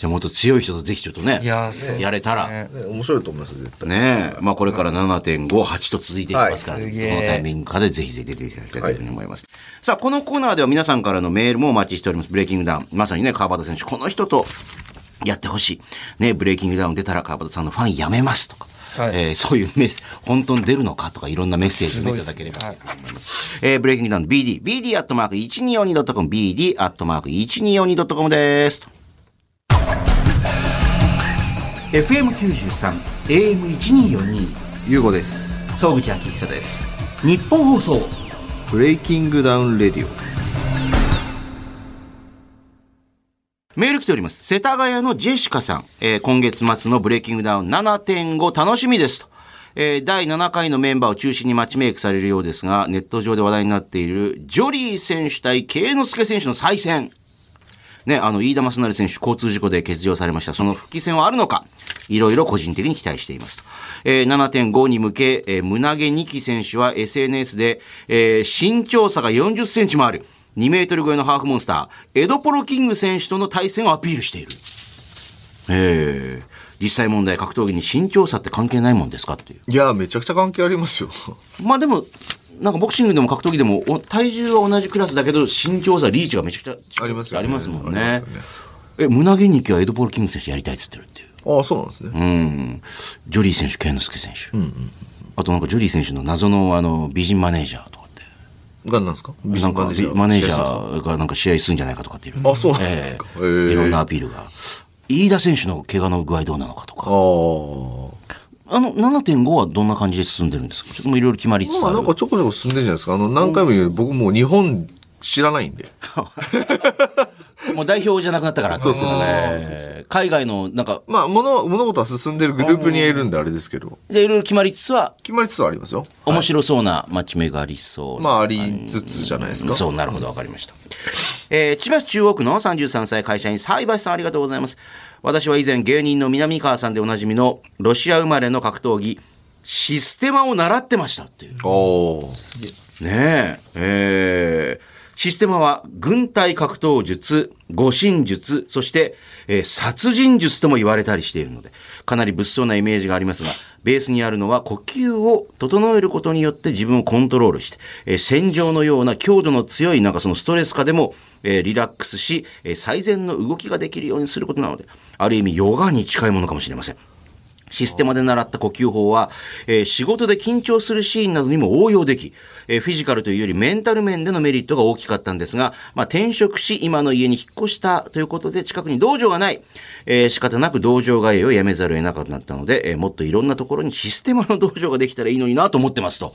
Speaker 3: じゃあもっと強い人とぜひちょっとね、
Speaker 4: いやそうっすね
Speaker 3: やれたら。
Speaker 2: ね面白いと思います、絶対。
Speaker 3: ねえ、まあこれから7.5、8と続いていきますから、
Speaker 4: はいす
Speaker 3: ね
Speaker 4: げえ
Speaker 3: どのタイミングかでぜひぜひ出ていただきたいというふうに思います。さあ、このコーナーでは皆さんからのメールもお待ちしております。ブレイキングダウン。まさにね、川端選手、この人とやってほしい。ね、ブレイキングダウン出たら川端さんのファンやめますとか。
Speaker 4: はい
Speaker 3: えーそういうメッセ本当に出るのかとかいろんなメッセージもいただければと思います。えーブレイキングダウンの BD、BD アットマーク 1242.com、BD アットマーク 1242.com です。
Speaker 1: FM93 AM1242
Speaker 2: ゆうごです
Speaker 1: 総口昭久です日本放送
Speaker 2: ブレイキングダウンレディオ
Speaker 3: メール来ております。世田谷のジェシカさん。えー今月末のブレイキングダウン7.5楽しみですと。えー第7回のメンバーを中心にマッチメイクされるようですが、ネット上で話題になっているジョリー選手対慶之助選手の再戦。ね、あの、飯田正成選手、交通事故で欠場されました。その復帰戦はあるのかいろいろ個人的に期待していますと。えー7.5に向け、えー胸毛二木選手は SNS で、えー身長差が40センチもある、2メートル超えのハーフモンスター、エドポロキング選手との対戦をアピールしている。えー実際問題、格闘技に身長差って関係ないもんですかっていう。
Speaker 2: いやめちゃくちゃ関係ありますよ
Speaker 3: まあでも、なんかボクシングでも格闘技でも、お体重は同じクラスだけど、身長差、リーチがめちゃくちゃ
Speaker 2: ありますよね
Speaker 3: ありますもん
Speaker 2: あ
Speaker 3: ね
Speaker 2: りますよね。
Speaker 3: え、胸毛にきはエドポール・キング選手やりたいっつってるっていう。
Speaker 2: ああそうなんですね、
Speaker 3: うん。ジョリー選手、ケンノスケ選手。あとなんかジョリー選手の謎のあの美人マネージャーとかって。
Speaker 2: がなんですかビジ
Speaker 3: な
Speaker 2: ネ
Speaker 3: ん
Speaker 2: スマ
Speaker 3: か
Speaker 2: ネージャー
Speaker 3: マネージャーがなんか試合するんじゃないかとかっていう。
Speaker 2: あそうなんですか
Speaker 3: ええ
Speaker 2: へえ
Speaker 3: いろんなアピールが。飯田選手の怪我の具合どうなのかとか。
Speaker 2: ああ
Speaker 3: あの、7.5はどんな感じで進んでるんですかちょっともういろいろ決まりつつ
Speaker 2: ま
Speaker 3: あ
Speaker 2: あ
Speaker 3: る。
Speaker 2: なんかちょこちょこ進んでるじゃないですか。あの、何回も言うように僕もう日本知らないんで。
Speaker 3: もう代表じゃなくなったから。
Speaker 2: そうそうそう
Speaker 3: ね海外の、なんか、
Speaker 2: まあ物、物事は進んでるグループにいるんであれですけど、
Speaker 3: で、いろいろ決まりつつは、
Speaker 2: 決まりつつはありますよ。
Speaker 3: 面白そうなマッチメイクありそう。
Speaker 2: まあ、ありつつじゃないですか。
Speaker 3: そう、なるほど、わかりました。えー千葉市中央区の33歳会社員、西橋さんありがとうございます。私は以前芸人の南川さんでおなじみのロシア生まれの格闘技、システマを習ってましたっていう。
Speaker 2: おー
Speaker 3: ねえ、えーシステマは軍隊格闘術、護身術、そして、えー殺人術とも言われたりしているので、かなり物騒なイメージがありますが、ベースにあるのは呼吸を整えることによって自分をコントロールして、えー戦場のような強度の強いなんかそのストレス下でも、えーリラックスし、えー最善の動きができるようにすることなので、ある意味ヨガに近いものかもしれません。システマで習った呼吸法は、えー仕事で緊張するシーンなどにも応用でき、えーフィジカルというよりメンタル面でのメリットが大きかったんですが、まあ、転職し今の家に引っ越したということで近くに道場がない、えー仕方なく道場通いをやめざるを得なくなったので、えーもっといろんなところにシステマの道場ができたらいいのになと思ってますと。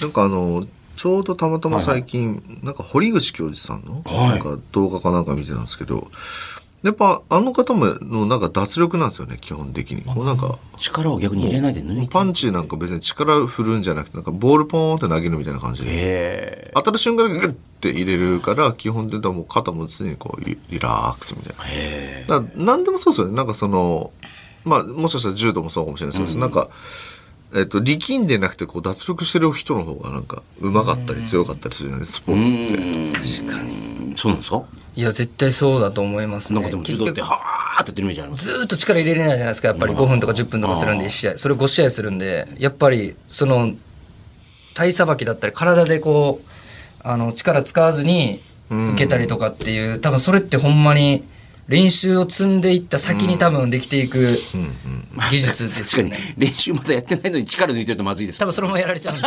Speaker 2: なんかあの、ちょうどたまたま最近、なんか堀口教授さんの、なんか動画かなんか見てたんですけど、やっぱあの方ものなんか脱力なんですよね、基本的に。こうなんか、
Speaker 3: 力を逆に入れないで抜いて。
Speaker 2: パンチなんか別に力振るんじゃなくて、なんかボールポーンって投げるみたいな感じで。当たる瞬間だけグッて入れるから基本的にはもう肩も常にこうリリラックスみたいな。だから何でもそうですよねなんかそのまあもしかしたら柔道もそうかもしれないですけど、なんか、えっと力んでなくてこう脱力してる人の方がなんかうまかったり強かったりするじゃないスポーツって。
Speaker 4: 確かに。
Speaker 3: そうなんですか
Speaker 4: いや、絶対そうだと思います
Speaker 3: なんか
Speaker 4: ね
Speaker 3: でも。柔
Speaker 4: 結
Speaker 3: 道っ
Speaker 4: 局
Speaker 3: て、はーってやってるイメージあります。
Speaker 4: ずーっと力入れれないじゃないですか。やっぱり5分とか10分とかするんで、1試合。それ5試合するんで、やっぱり、その、体さばきだったり、体でこう、あの、力使わずに受けたりとかっていう、多分それってほんまに、練習を積んでいった先に多分できていく技術ですよ
Speaker 3: 確か
Speaker 4: ね。
Speaker 3: に練習まだやってないのに力抜いてるとまずいです。
Speaker 4: 多分それもやられちゃうんで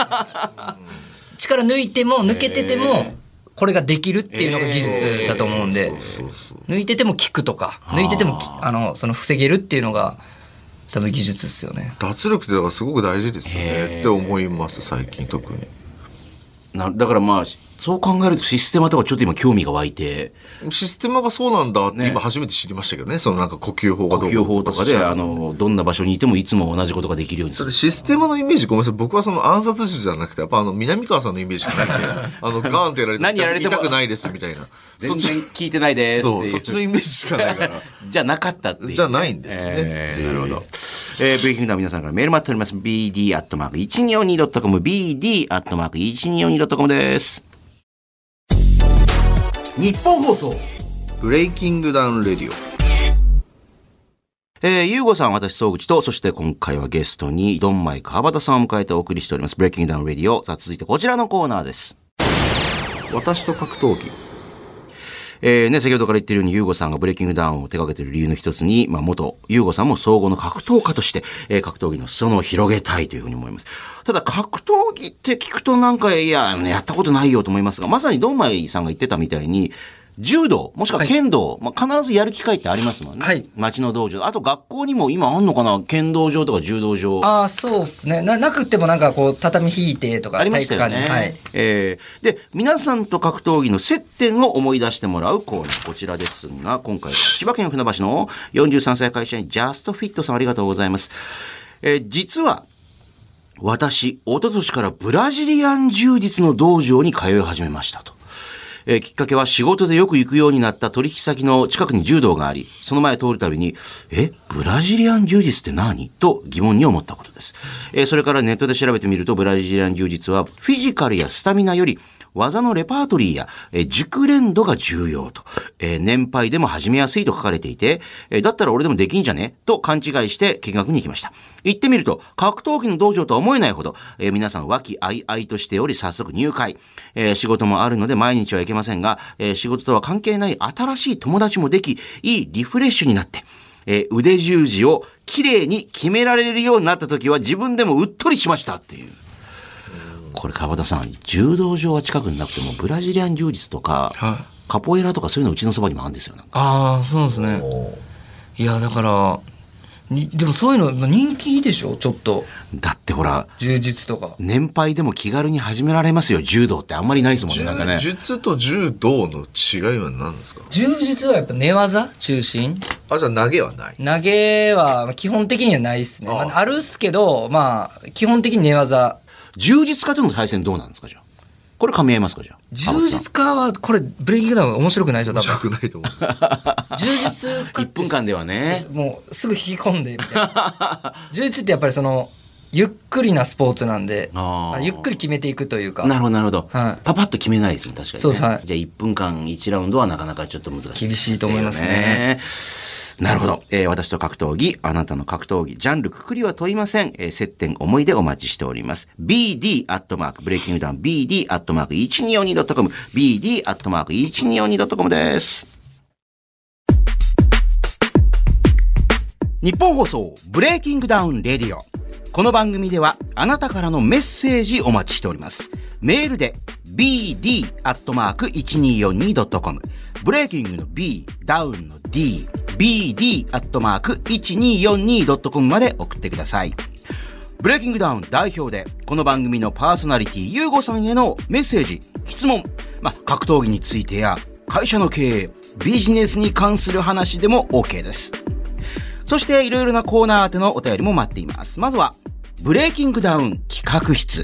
Speaker 4: 力抜いても抜けててもこれができるっていうのが技術だと思うんで抜いてても効くとか抜いててもきあのその防げるっていうのが多分技術ですよね
Speaker 2: 脱力ってだからすごく大事ですよねって思います最近特に。
Speaker 3: なだからまあそう考えるとシステマとかちょっと今興味が湧いて
Speaker 2: システムがそうなんだって今初めて知りましたけどねそのなんか呼吸法が
Speaker 3: 呼
Speaker 2: どう
Speaker 3: 吸法とかで
Speaker 2: か
Speaker 3: あのどんな場所にいてもいつも同じことができるようにす
Speaker 2: そ
Speaker 3: る
Speaker 2: れ。システムのイメージごめんなさい僕はその暗殺術じゃなくてやっぱあの南川さんのイメージし かないんであのガーンってやられて
Speaker 3: 何やられても
Speaker 2: 痛くないですみたいなそ
Speaker 3: 全
Speaker 2: っち
Speaker 3: 然聞いてないですっ
Speaker 2: そう
Speaker 3: てい
Speaker 2: そうっちのイメージしかないから
Speaker 3: じゃなかったっていう。
Speaker 2: じゃないんですね、
Speaker 3: えーなるほ
Speaker 2: え
Speaker 3: ど
Speaker 2: ー。
Speaker 3: えー、ブレイキングダウン皆さんからメール待っております。bd.1242.com、bd.1242.com です。
Speaker 1: 日本放送
Speaker 2: ブレイキングダウンレディオ
Speaker 3: えー、ゆうごさん、私、総口と、そして今回はゲストに、ドンマイ川端さんを迎えてお送りしております。ブレイキングダウンレディオ。さあ、続いてこちらのコーナーです。
Speaker 2: 私と格闘技
Speaker 3: えーね、先ほどから言ってるように、ユーゴさんがブレイキングダウンを手掛けている理由の一つに、まあ、元、ユーゴさんも総合の格闘家として、えー格闘技の裾野を広げたいというふうに思います。ただ、格闘技って聞くとなんか、いや、やったことないよと思いますが、まさにドンマイさんが言ってたみたいに、柔道、もしくは剣道、まあ、必ずやる機会ってありますもんね。
Speaker 4: はい
Speaker 3: 町の道場。あと学校にも今あんのかな剣道場とか柔道場。
Speaker 4: ああ、そうですね。な、なくってもなんかこう、畳引いてとか、
Speaker 3: ありましたよね。
Speaker 4: 体育館に
Speaker 3: えーで、皆さんと格闘技の接点を思い出してもらうコーナー、こちらですが、今回は千葉県船橋の43歳会社員、ジャストフィットさんありがとうございます。えー実は、私、一昨年からブラジリアン柔術の道場に通い始めましたと。えーきっかけは仕事でよく行くようになった取引先の近くに柔道があり、その前通るたびに、え、ブラジリアン柔術って何と疑問に思ったことです。えーそれからネットで調べてみると、ブラジリアン柔術はフィジカルやスタミナより技のレパートリーや、えー熟練度が重要と、えー年配でも始めやすいと書かれていて、えーだったら俺でもできんじゃねと勘違いして見学に行きました。行ってみると、格闘技の道場とは思えないほど、えー皆さん和気あいあいとしており、早速入会。えー仕事もあるので毎日はいけませんが、えー仕事とは関係ない新しい友達もでき、いいリフレッシュになって、えー腕十字を綺麗に決められるようになった時は自分でもうっとりしましたっていう。これ川田さん柔道場は近くになくてもブラジリアン柔術とか、
Speaker 5: はい
Speaker 3: カポエラとかそういうのうちのそばにもあるんですよなんか
Speaker 5: ああそうですねいやだから
Speaker 4: にでもそういうのまあ人気でしょちょっと。
Speaker 3: だってほら
Speaker 4: 充実とか。
Speaker 3: 年配でも気軽に始められますよ柔道ってあんまりないですもんねなんかね
Speaker 2: 術と柔道の違いは何ですか
Speaker 4: 充実はやっぱ寝技中心
Speaker 2: あ、じゃあ投げはない。
Speaker 4: 投げはまあ基本的にはないですね。
Speaker 2: あ
Speaker 4: ま
Speaker 2: あ
Speaker 4: あ、あるっすけど、まあ、基本的に寝技。
Speaker 3: 柔術家との対戦どうなんですかじゃあこれ噛み合いますかじゃあ
Speaker 4: 充実家は、これ、ブレイキングダウン面白くないでしょ、多
Speaker 2: 面白
Speaker 4: 分。
Speaker 2: くないと思う。
Speaker 4: 充実家って
Speaker 3: 1分間ではね
Speaker 4: もう、すぐ引き込んで、みたい な。充実ってやっぱりその、ゆっくりなスポーツなんで、
Speaker 3: ああ
Speaker 4: ゆっくり決めていくというか、
Speaker 3: なるほどなるほど、
Speaker 4: はい
Speaker 3: パパッと決めないですね確かに、ね、
Speaker 4: そうですはい
Speaker 3: じゃあ1分間1ラウンドはなかなかちょっと難しい
Speaker 4: 厳しいと思いますね
Speaker 3: なるほど、えー私と格闘技あなたの格闘技ジャンルくくりは問いません、えー接点思い出お待ちしております BD アットマークブレイキングダウン BD アットマーク 1242.com BD アットマーク 1242.com です日本放送ブレイキングダウンレディオこの番組ではあなたからのメッセージお待ちしておりますメールで bd アットマーク 1242.com ブレイキングの B ダウンの D bd アットマーク 1242.com まで送ってくださいブレイキングダウン代表で、この番組のパーソナリティ、ゆうごさんへのメッセージ、質問、まあ、格闘技についてや、会社の経営、ビジネスに関する話でも OK です。そして、いろいろなコーナー宛てのお便りも待っています。まずは、ブレイキングダウン企画室。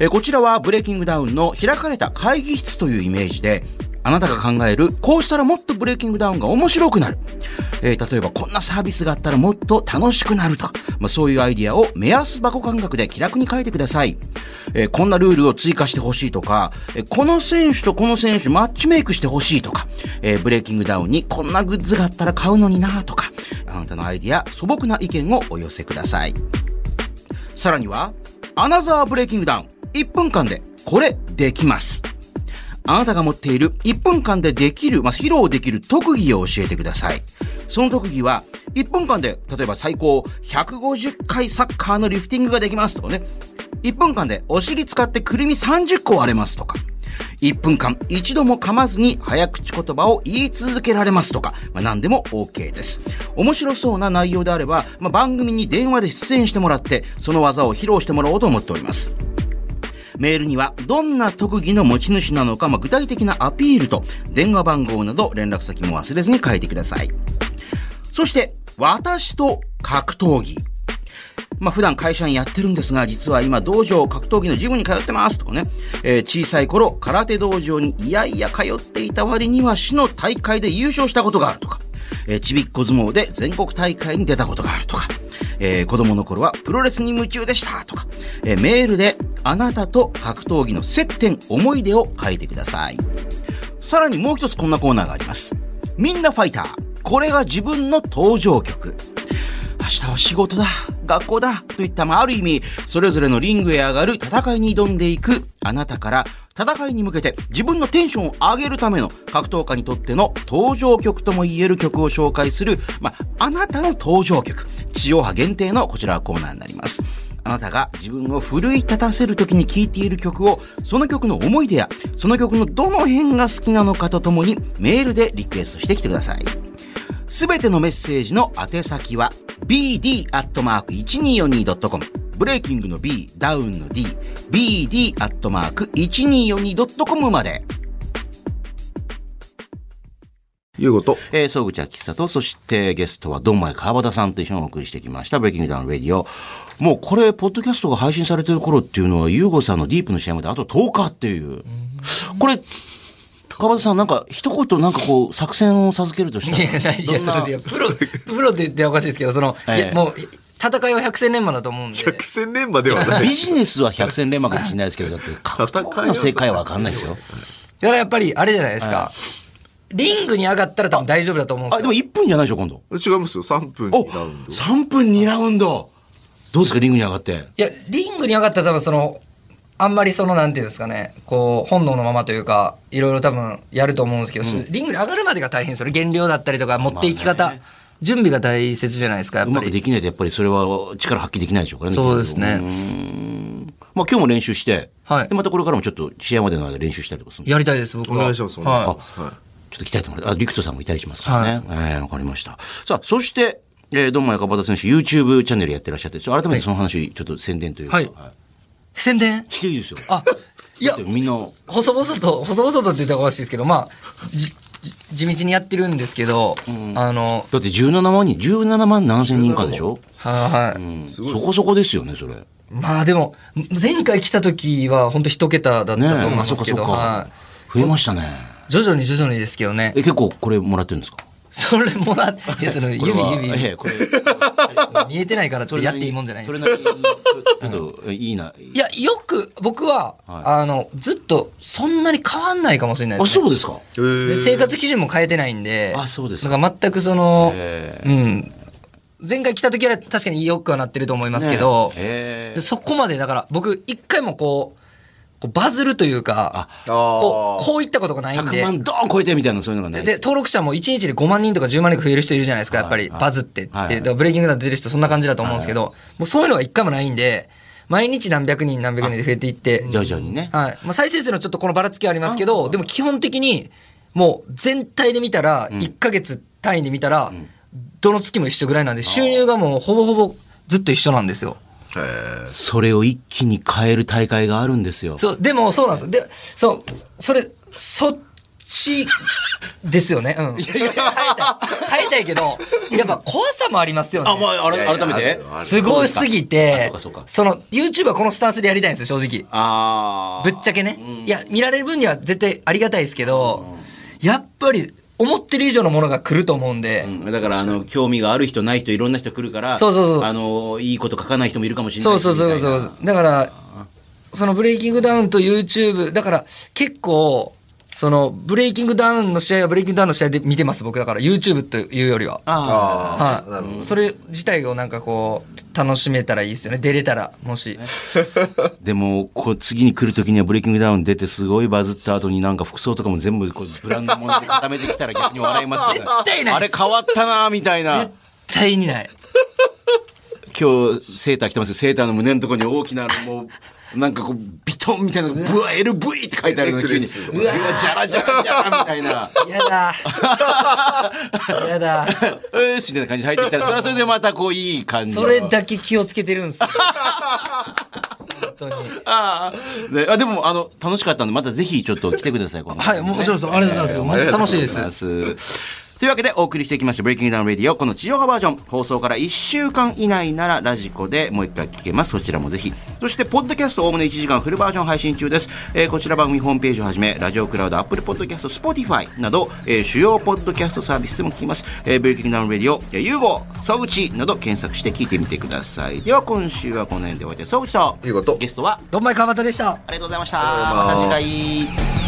Speaker 3: えーこちらはブレイキングダウンの開かれた会議室というイメージで、あなたが考える、こうしたらもっとブレイキングダウンが面白くなる。えー例えばこんなサービスがあったらもっと楽しくなるとか、まあ、そういうアイディアを目安箱感覚で気楽に書いてください。えーこんなルールを追加してほしいとか、えーこの選手とこの選手マッチメイクしてほしいとか、えーブレイキングダウンにこんなグッズがあったら買うのになとか、あなたのアイディア、素朴な意見をお寄せください。さらには、アナザーブレイキングダウン。1分間で、これ、できます。あなたが持っている1分間でできる、まあ、披露できる特技を教えてください。その特技は、1分間で、例えば最高150回サッカーのリフティングができますとかね。1分間でお尻使ってくるみ30個割れますとか。1分間一度も噛まずに早口言葉を言い続けられますとか、まあ、何でも OK です。面白そうな内容であれば、まあ、番組に電話で出演してもらって、その技を披露してもらおうと思っております。メールにはどんな特技の持ち主なのか、まあ具体的なアピールと電話番号など連絡先も忘れずに書いてください。そして、私と格闘技。まあ普段会社にやってるんですが、実は今道場格闘技のジムに通ってますとかね、えー小さい頃空手道場にいやいや通っていた割には市の大会で優勝したことがあるとか、えーちびっこ相撲で全国大会に出たことがあるとか、えー子供の頃はプロレスに夢中でしたとか、えーメールであなたと格闘技の接点、思い出を書いてください。さらにもう一つこんなコーナーがあります。みんなファイター。これが自分の登場曲。明日は仕事だ、学校だ、といった、まあ、ある意味、それぞれのリングへ上がる戦いに挑んでいく、あなたから、戦いに向けて自分のテンションを上げるための格闘家にとっての登場曲とも言える曲を紹介する、まあ、あなたの登場曲。地上波限定のこちらはコーナーになります。あなたが自分を奮い立たせる時に聴いている曲を、その曲の思い出や、その曲のどの辺が好きなのかとともに、メールでリクエストしてきてください。すべてのメッセージの宛先は bd.1242.com ブレイキングの B、ダウンの D、bd.1242.com まで。
Speaker 2: いうこと。
Speaker 3: えー、総口秋里、そしてゲストはドンマイ川端さんと一緒にお送りしてきました、ブレイキングダウンレディオ。もうこれ、ポッドキャストが配信されてる頃っていうのは、ユーゴさんのディープの試合まであと10日っていう。これ、川端さん、なんか一言なんかこう、作戦を授けるとした
Speaker 4: いや、
Speaker 3: ら。
Speaker 4: ないいやそれでいや プロ、プロって言っておかしいですけど、その、い
Speaker 3: ええ
Speaker 4: や、もう、戦いは百戦錬磨だと思うん で。
Speaker 2: 百戦錬磨ではない。
Speaker 3: ビジネスは百戦錬磨かもしれないですけ ど、だって格闘技の世界はわかんないですよ。
Speaker 4: だからやっぱり、あれじゃないです か。リングに上がったら多分大丈夫だと思うん
Speaker 3: あ、
Speaker 4: ですよ。
Speaker 3: でも1分じゃないでしょ、今度。
Speaker 2: 違いますよ。3分
Speaker 3: お
Speaker 2: にラウンド。
Speaker 3: 3分2ラウンド。どうですか、リングに上がって。
Speaker 4: いや、リングに上がったら多分その、あんまりその、なんていうんですかね、こう、本能のままというか、いろいろ多分やると思うんですけど、リングに上がるまでが大変それ減量だったりとか、持っていき方、準備が大切じゃないですか、や
Speaker 3: う
Speaker 4: っぱ
Speaker 3: まく
Speaker 4: り。
Speaker 3: できないと、やっぱりそれは力発揮できないでしょうからね。
Speaker 4: そうです
Speaker 3: う
Speaker 4: ね。
Speaker 3: んまあ今日も練習して、
Speaker 4: はい
Speaker 3: でまたこれからもちょっと試合までの間練習したりとかするんで
Speaker 4: やりたいです、僕
Speaker 2: お
Speaker 4: は。
Speaker 2: 願いします。お願いし
Speaker 4: は
Speaker 2: ます。はい
Speaker 3: ちょっと鍛えてもらって、あ、リクトさんもいたりしますからね。えーわかりました。さあ、そして、えー、どうもやかばた選手、YouTube チャンネルやってらっしゃって、ちょっと改めてその話、ちょっと宣伝というか。
Speaker 4: はいい。宣伝
Speaker 3: していいですよ。
Speaker 4: あ、いや
Speaker 3: だっ、てみんな、
Speaker 4: 細々と、細々とって言ったらおかしいですけど、まあ、じじ地道にやってるんですけど、あの、
Speaker 3: だって17万人、17万7千人かでしょ
Speaker 4: はい、
Speaker 3: そこそこですよね、それ。
Speaker 4: まあでも、前回来た時は本当一桁だった
Speaker 3: ねえ、
Speaker 4: と思いま
Speaker 3: あそっ
Speaker 4: す
Speaker 3: か
Speaker 4: け
Speaker 3: そっ
Speaker 4: ど、
Speaker 3: か
Speaker 4: はい。
Speaker 3: 増えましたね。
Speaker 4: 徐々に徐々にですけどね
Speaker 3: え、。結構これもらってるんですか
Speaker 4: それもらって、その指
Speaker 3: これは
Speaker 4: 指
Speaker 3: え
Speaker 4: 指
Speaker 3: え、これ。
Speaker 4: 見えてないからってやっていいもんじゃないで
Speaker 3: そ
Speaker 4: す
Speaker 3: れな
Speaker 4: か。
Speaker 3: りに、ちょっと、いいな。
Speaker 4: いや、よく、僕は、
Speaker 3: は
Speaker 4: あの、ずっと、そんなに変わんないかもしれない
Speaker 3: あ、
Speaker 4: です、ね。
Speaker 3: そうですか。
Speaker 2: えー
Speaker 4: で生活基準も変えてないんで、
Speaker 3: あそうですか
Speaker 4: だから全くその、
Speaker 3: へ
Speaker 4: うん。前回来た時は確かによくはなってると思いますけど、
Speaker 3: え
Speaker 4: でそこまで、だから僕、一回もこう、こうバズるというか、こう、こういったことがないん
Speaker 3: 100
Speaker 4: で、
Speaker 3: 万ドーン超えてみたいな、そういうのがね。
Speaker 4: で、登録者も1日で5万人とか10万人とか増える人いるじゃないですか、やっぱり、
Speaker 3: はい
Speaker 4: バズってって。
Speaker 3: はい
Speaker 4: でだからブレイキングダウン出てる人そんな感じだと思うんですけど、もうそういうのが一回もないんで、毎日何百人何百人で増えていって、
Speaker 3: 徐々にね。
Speaker 4: はい。まあ、再生数のちょっとこのばらつきはありますけど、でも基本的に、もう全体で見たら、1ヶ月単位で見たら、どの月も一緒ぐらいなんで、収入がもうほぼほぼずっと一緒なんですよ。
Speaker 2: え
Speaker 3: それを一気に変える大会があるんですよ。
Speaker 4: そう、でもそうなんですよ。で、そう、それ、そっちですよね。うん。変えたい。変えたいけど、やっぱ怖さもありますよね。
Speaker 3: あ、あ
Speaker 2: いやいやあるよ
Speaker 4: すごいすぎて
Speaker 3: そうかそうかそう、か
Speaker 4: その、YouTube はこのスタンスでやりたいんですよ、正直。
Speaker 3: あ
Speaker 4: ぶっちゃけね。いや、見られる分には絶対ありがたいですけど、やっぱり、思ってる以上のものが来ると思うんで、
Speaker 3: うんだから、あの、興味がある人、ない人、いろんな人来るから、
Speaker 4: そうそうそう
Speaker 3: あの、いいこと書かない人もいるかもしれな
Speaker 4: そ
Speaker 3: いうし。
Speaker 4: そうそうそう
Speaker 3: み
Speaker 4: そう。だから、そのブレイキングダウンと YouTube、だから結構、そのブレイキングダウンの試合はブレイキングダウンの試合で見てます僕だから YouTube というよりは。
Speaker 3: たいなああ。
Speaker 2: ああ、なるほ
Speaker 4: はい、それ自体をなんかこう楽しめたらいいですよね出れたらもし
Speaker 3: でも、こう、次に来る時にはブレイキングダウン出て、すごいバズった後になんか服装とかも全部、こう、ブランドもので固めてきたら逆に笑いますけど
Speaker 4: 絶対ない
Speaker 3: あれ変わったな、みたいな。
Speaker 4: 絶対にない
Speaker 3: 今日セーター着てますよセーターの胸のところに大きなもうなんかこうビトンみたいなのがブワ LV って書いてあるの
Speaker 2: ネ
Speaker 3: に
Speaker 2: ック
Speaker 3: 急
Speaker 2: レ
Speaker 3: に
Speaker 2: ス
Speaker 3: うわジャラジャラジャラみたいな
Speaker 4: や だ やだ
Speaker 3: うっすみたいな感じで入ってきたらそれはそれでまたこういい感じ
Speaker 4: それだけ気をつけてるんですよ本当に
Speaker 3: ああであでもあの楽しかったんでまたぜひちょっと来てくださいこの
Speaker 4: はいもちろんですありがとうございます本当楽しいです
Speaker 3: ます。というわけでお送りしてきました「ブレイキングダウンレディオ」この地上波バージョン放送から1週間以内ならラジコでもう一回聞けますそちらもぜひそしてポッドキャストおおむね1時間フルバージョン配信中です、えーこちら番組ホームページをはじめラジオクラウドアップルポッドキャスト Spotify など、えー主要ポッドキャストサービスでも聞きます、えーブレイキングダウンレディオえーユーゴ総口など検索して聞いてみてくださいでは今週はこの辺で終わりで総口と
Speaker 2: ユーゴと
Speaker 3: ゲストは
Speaker 4: どんまい川端でした
Speaker 3: ありがとうございました
Speaker 2: ありがとうござ
Speaker 3: また
Speaker 2: います
Speaker 3: 次回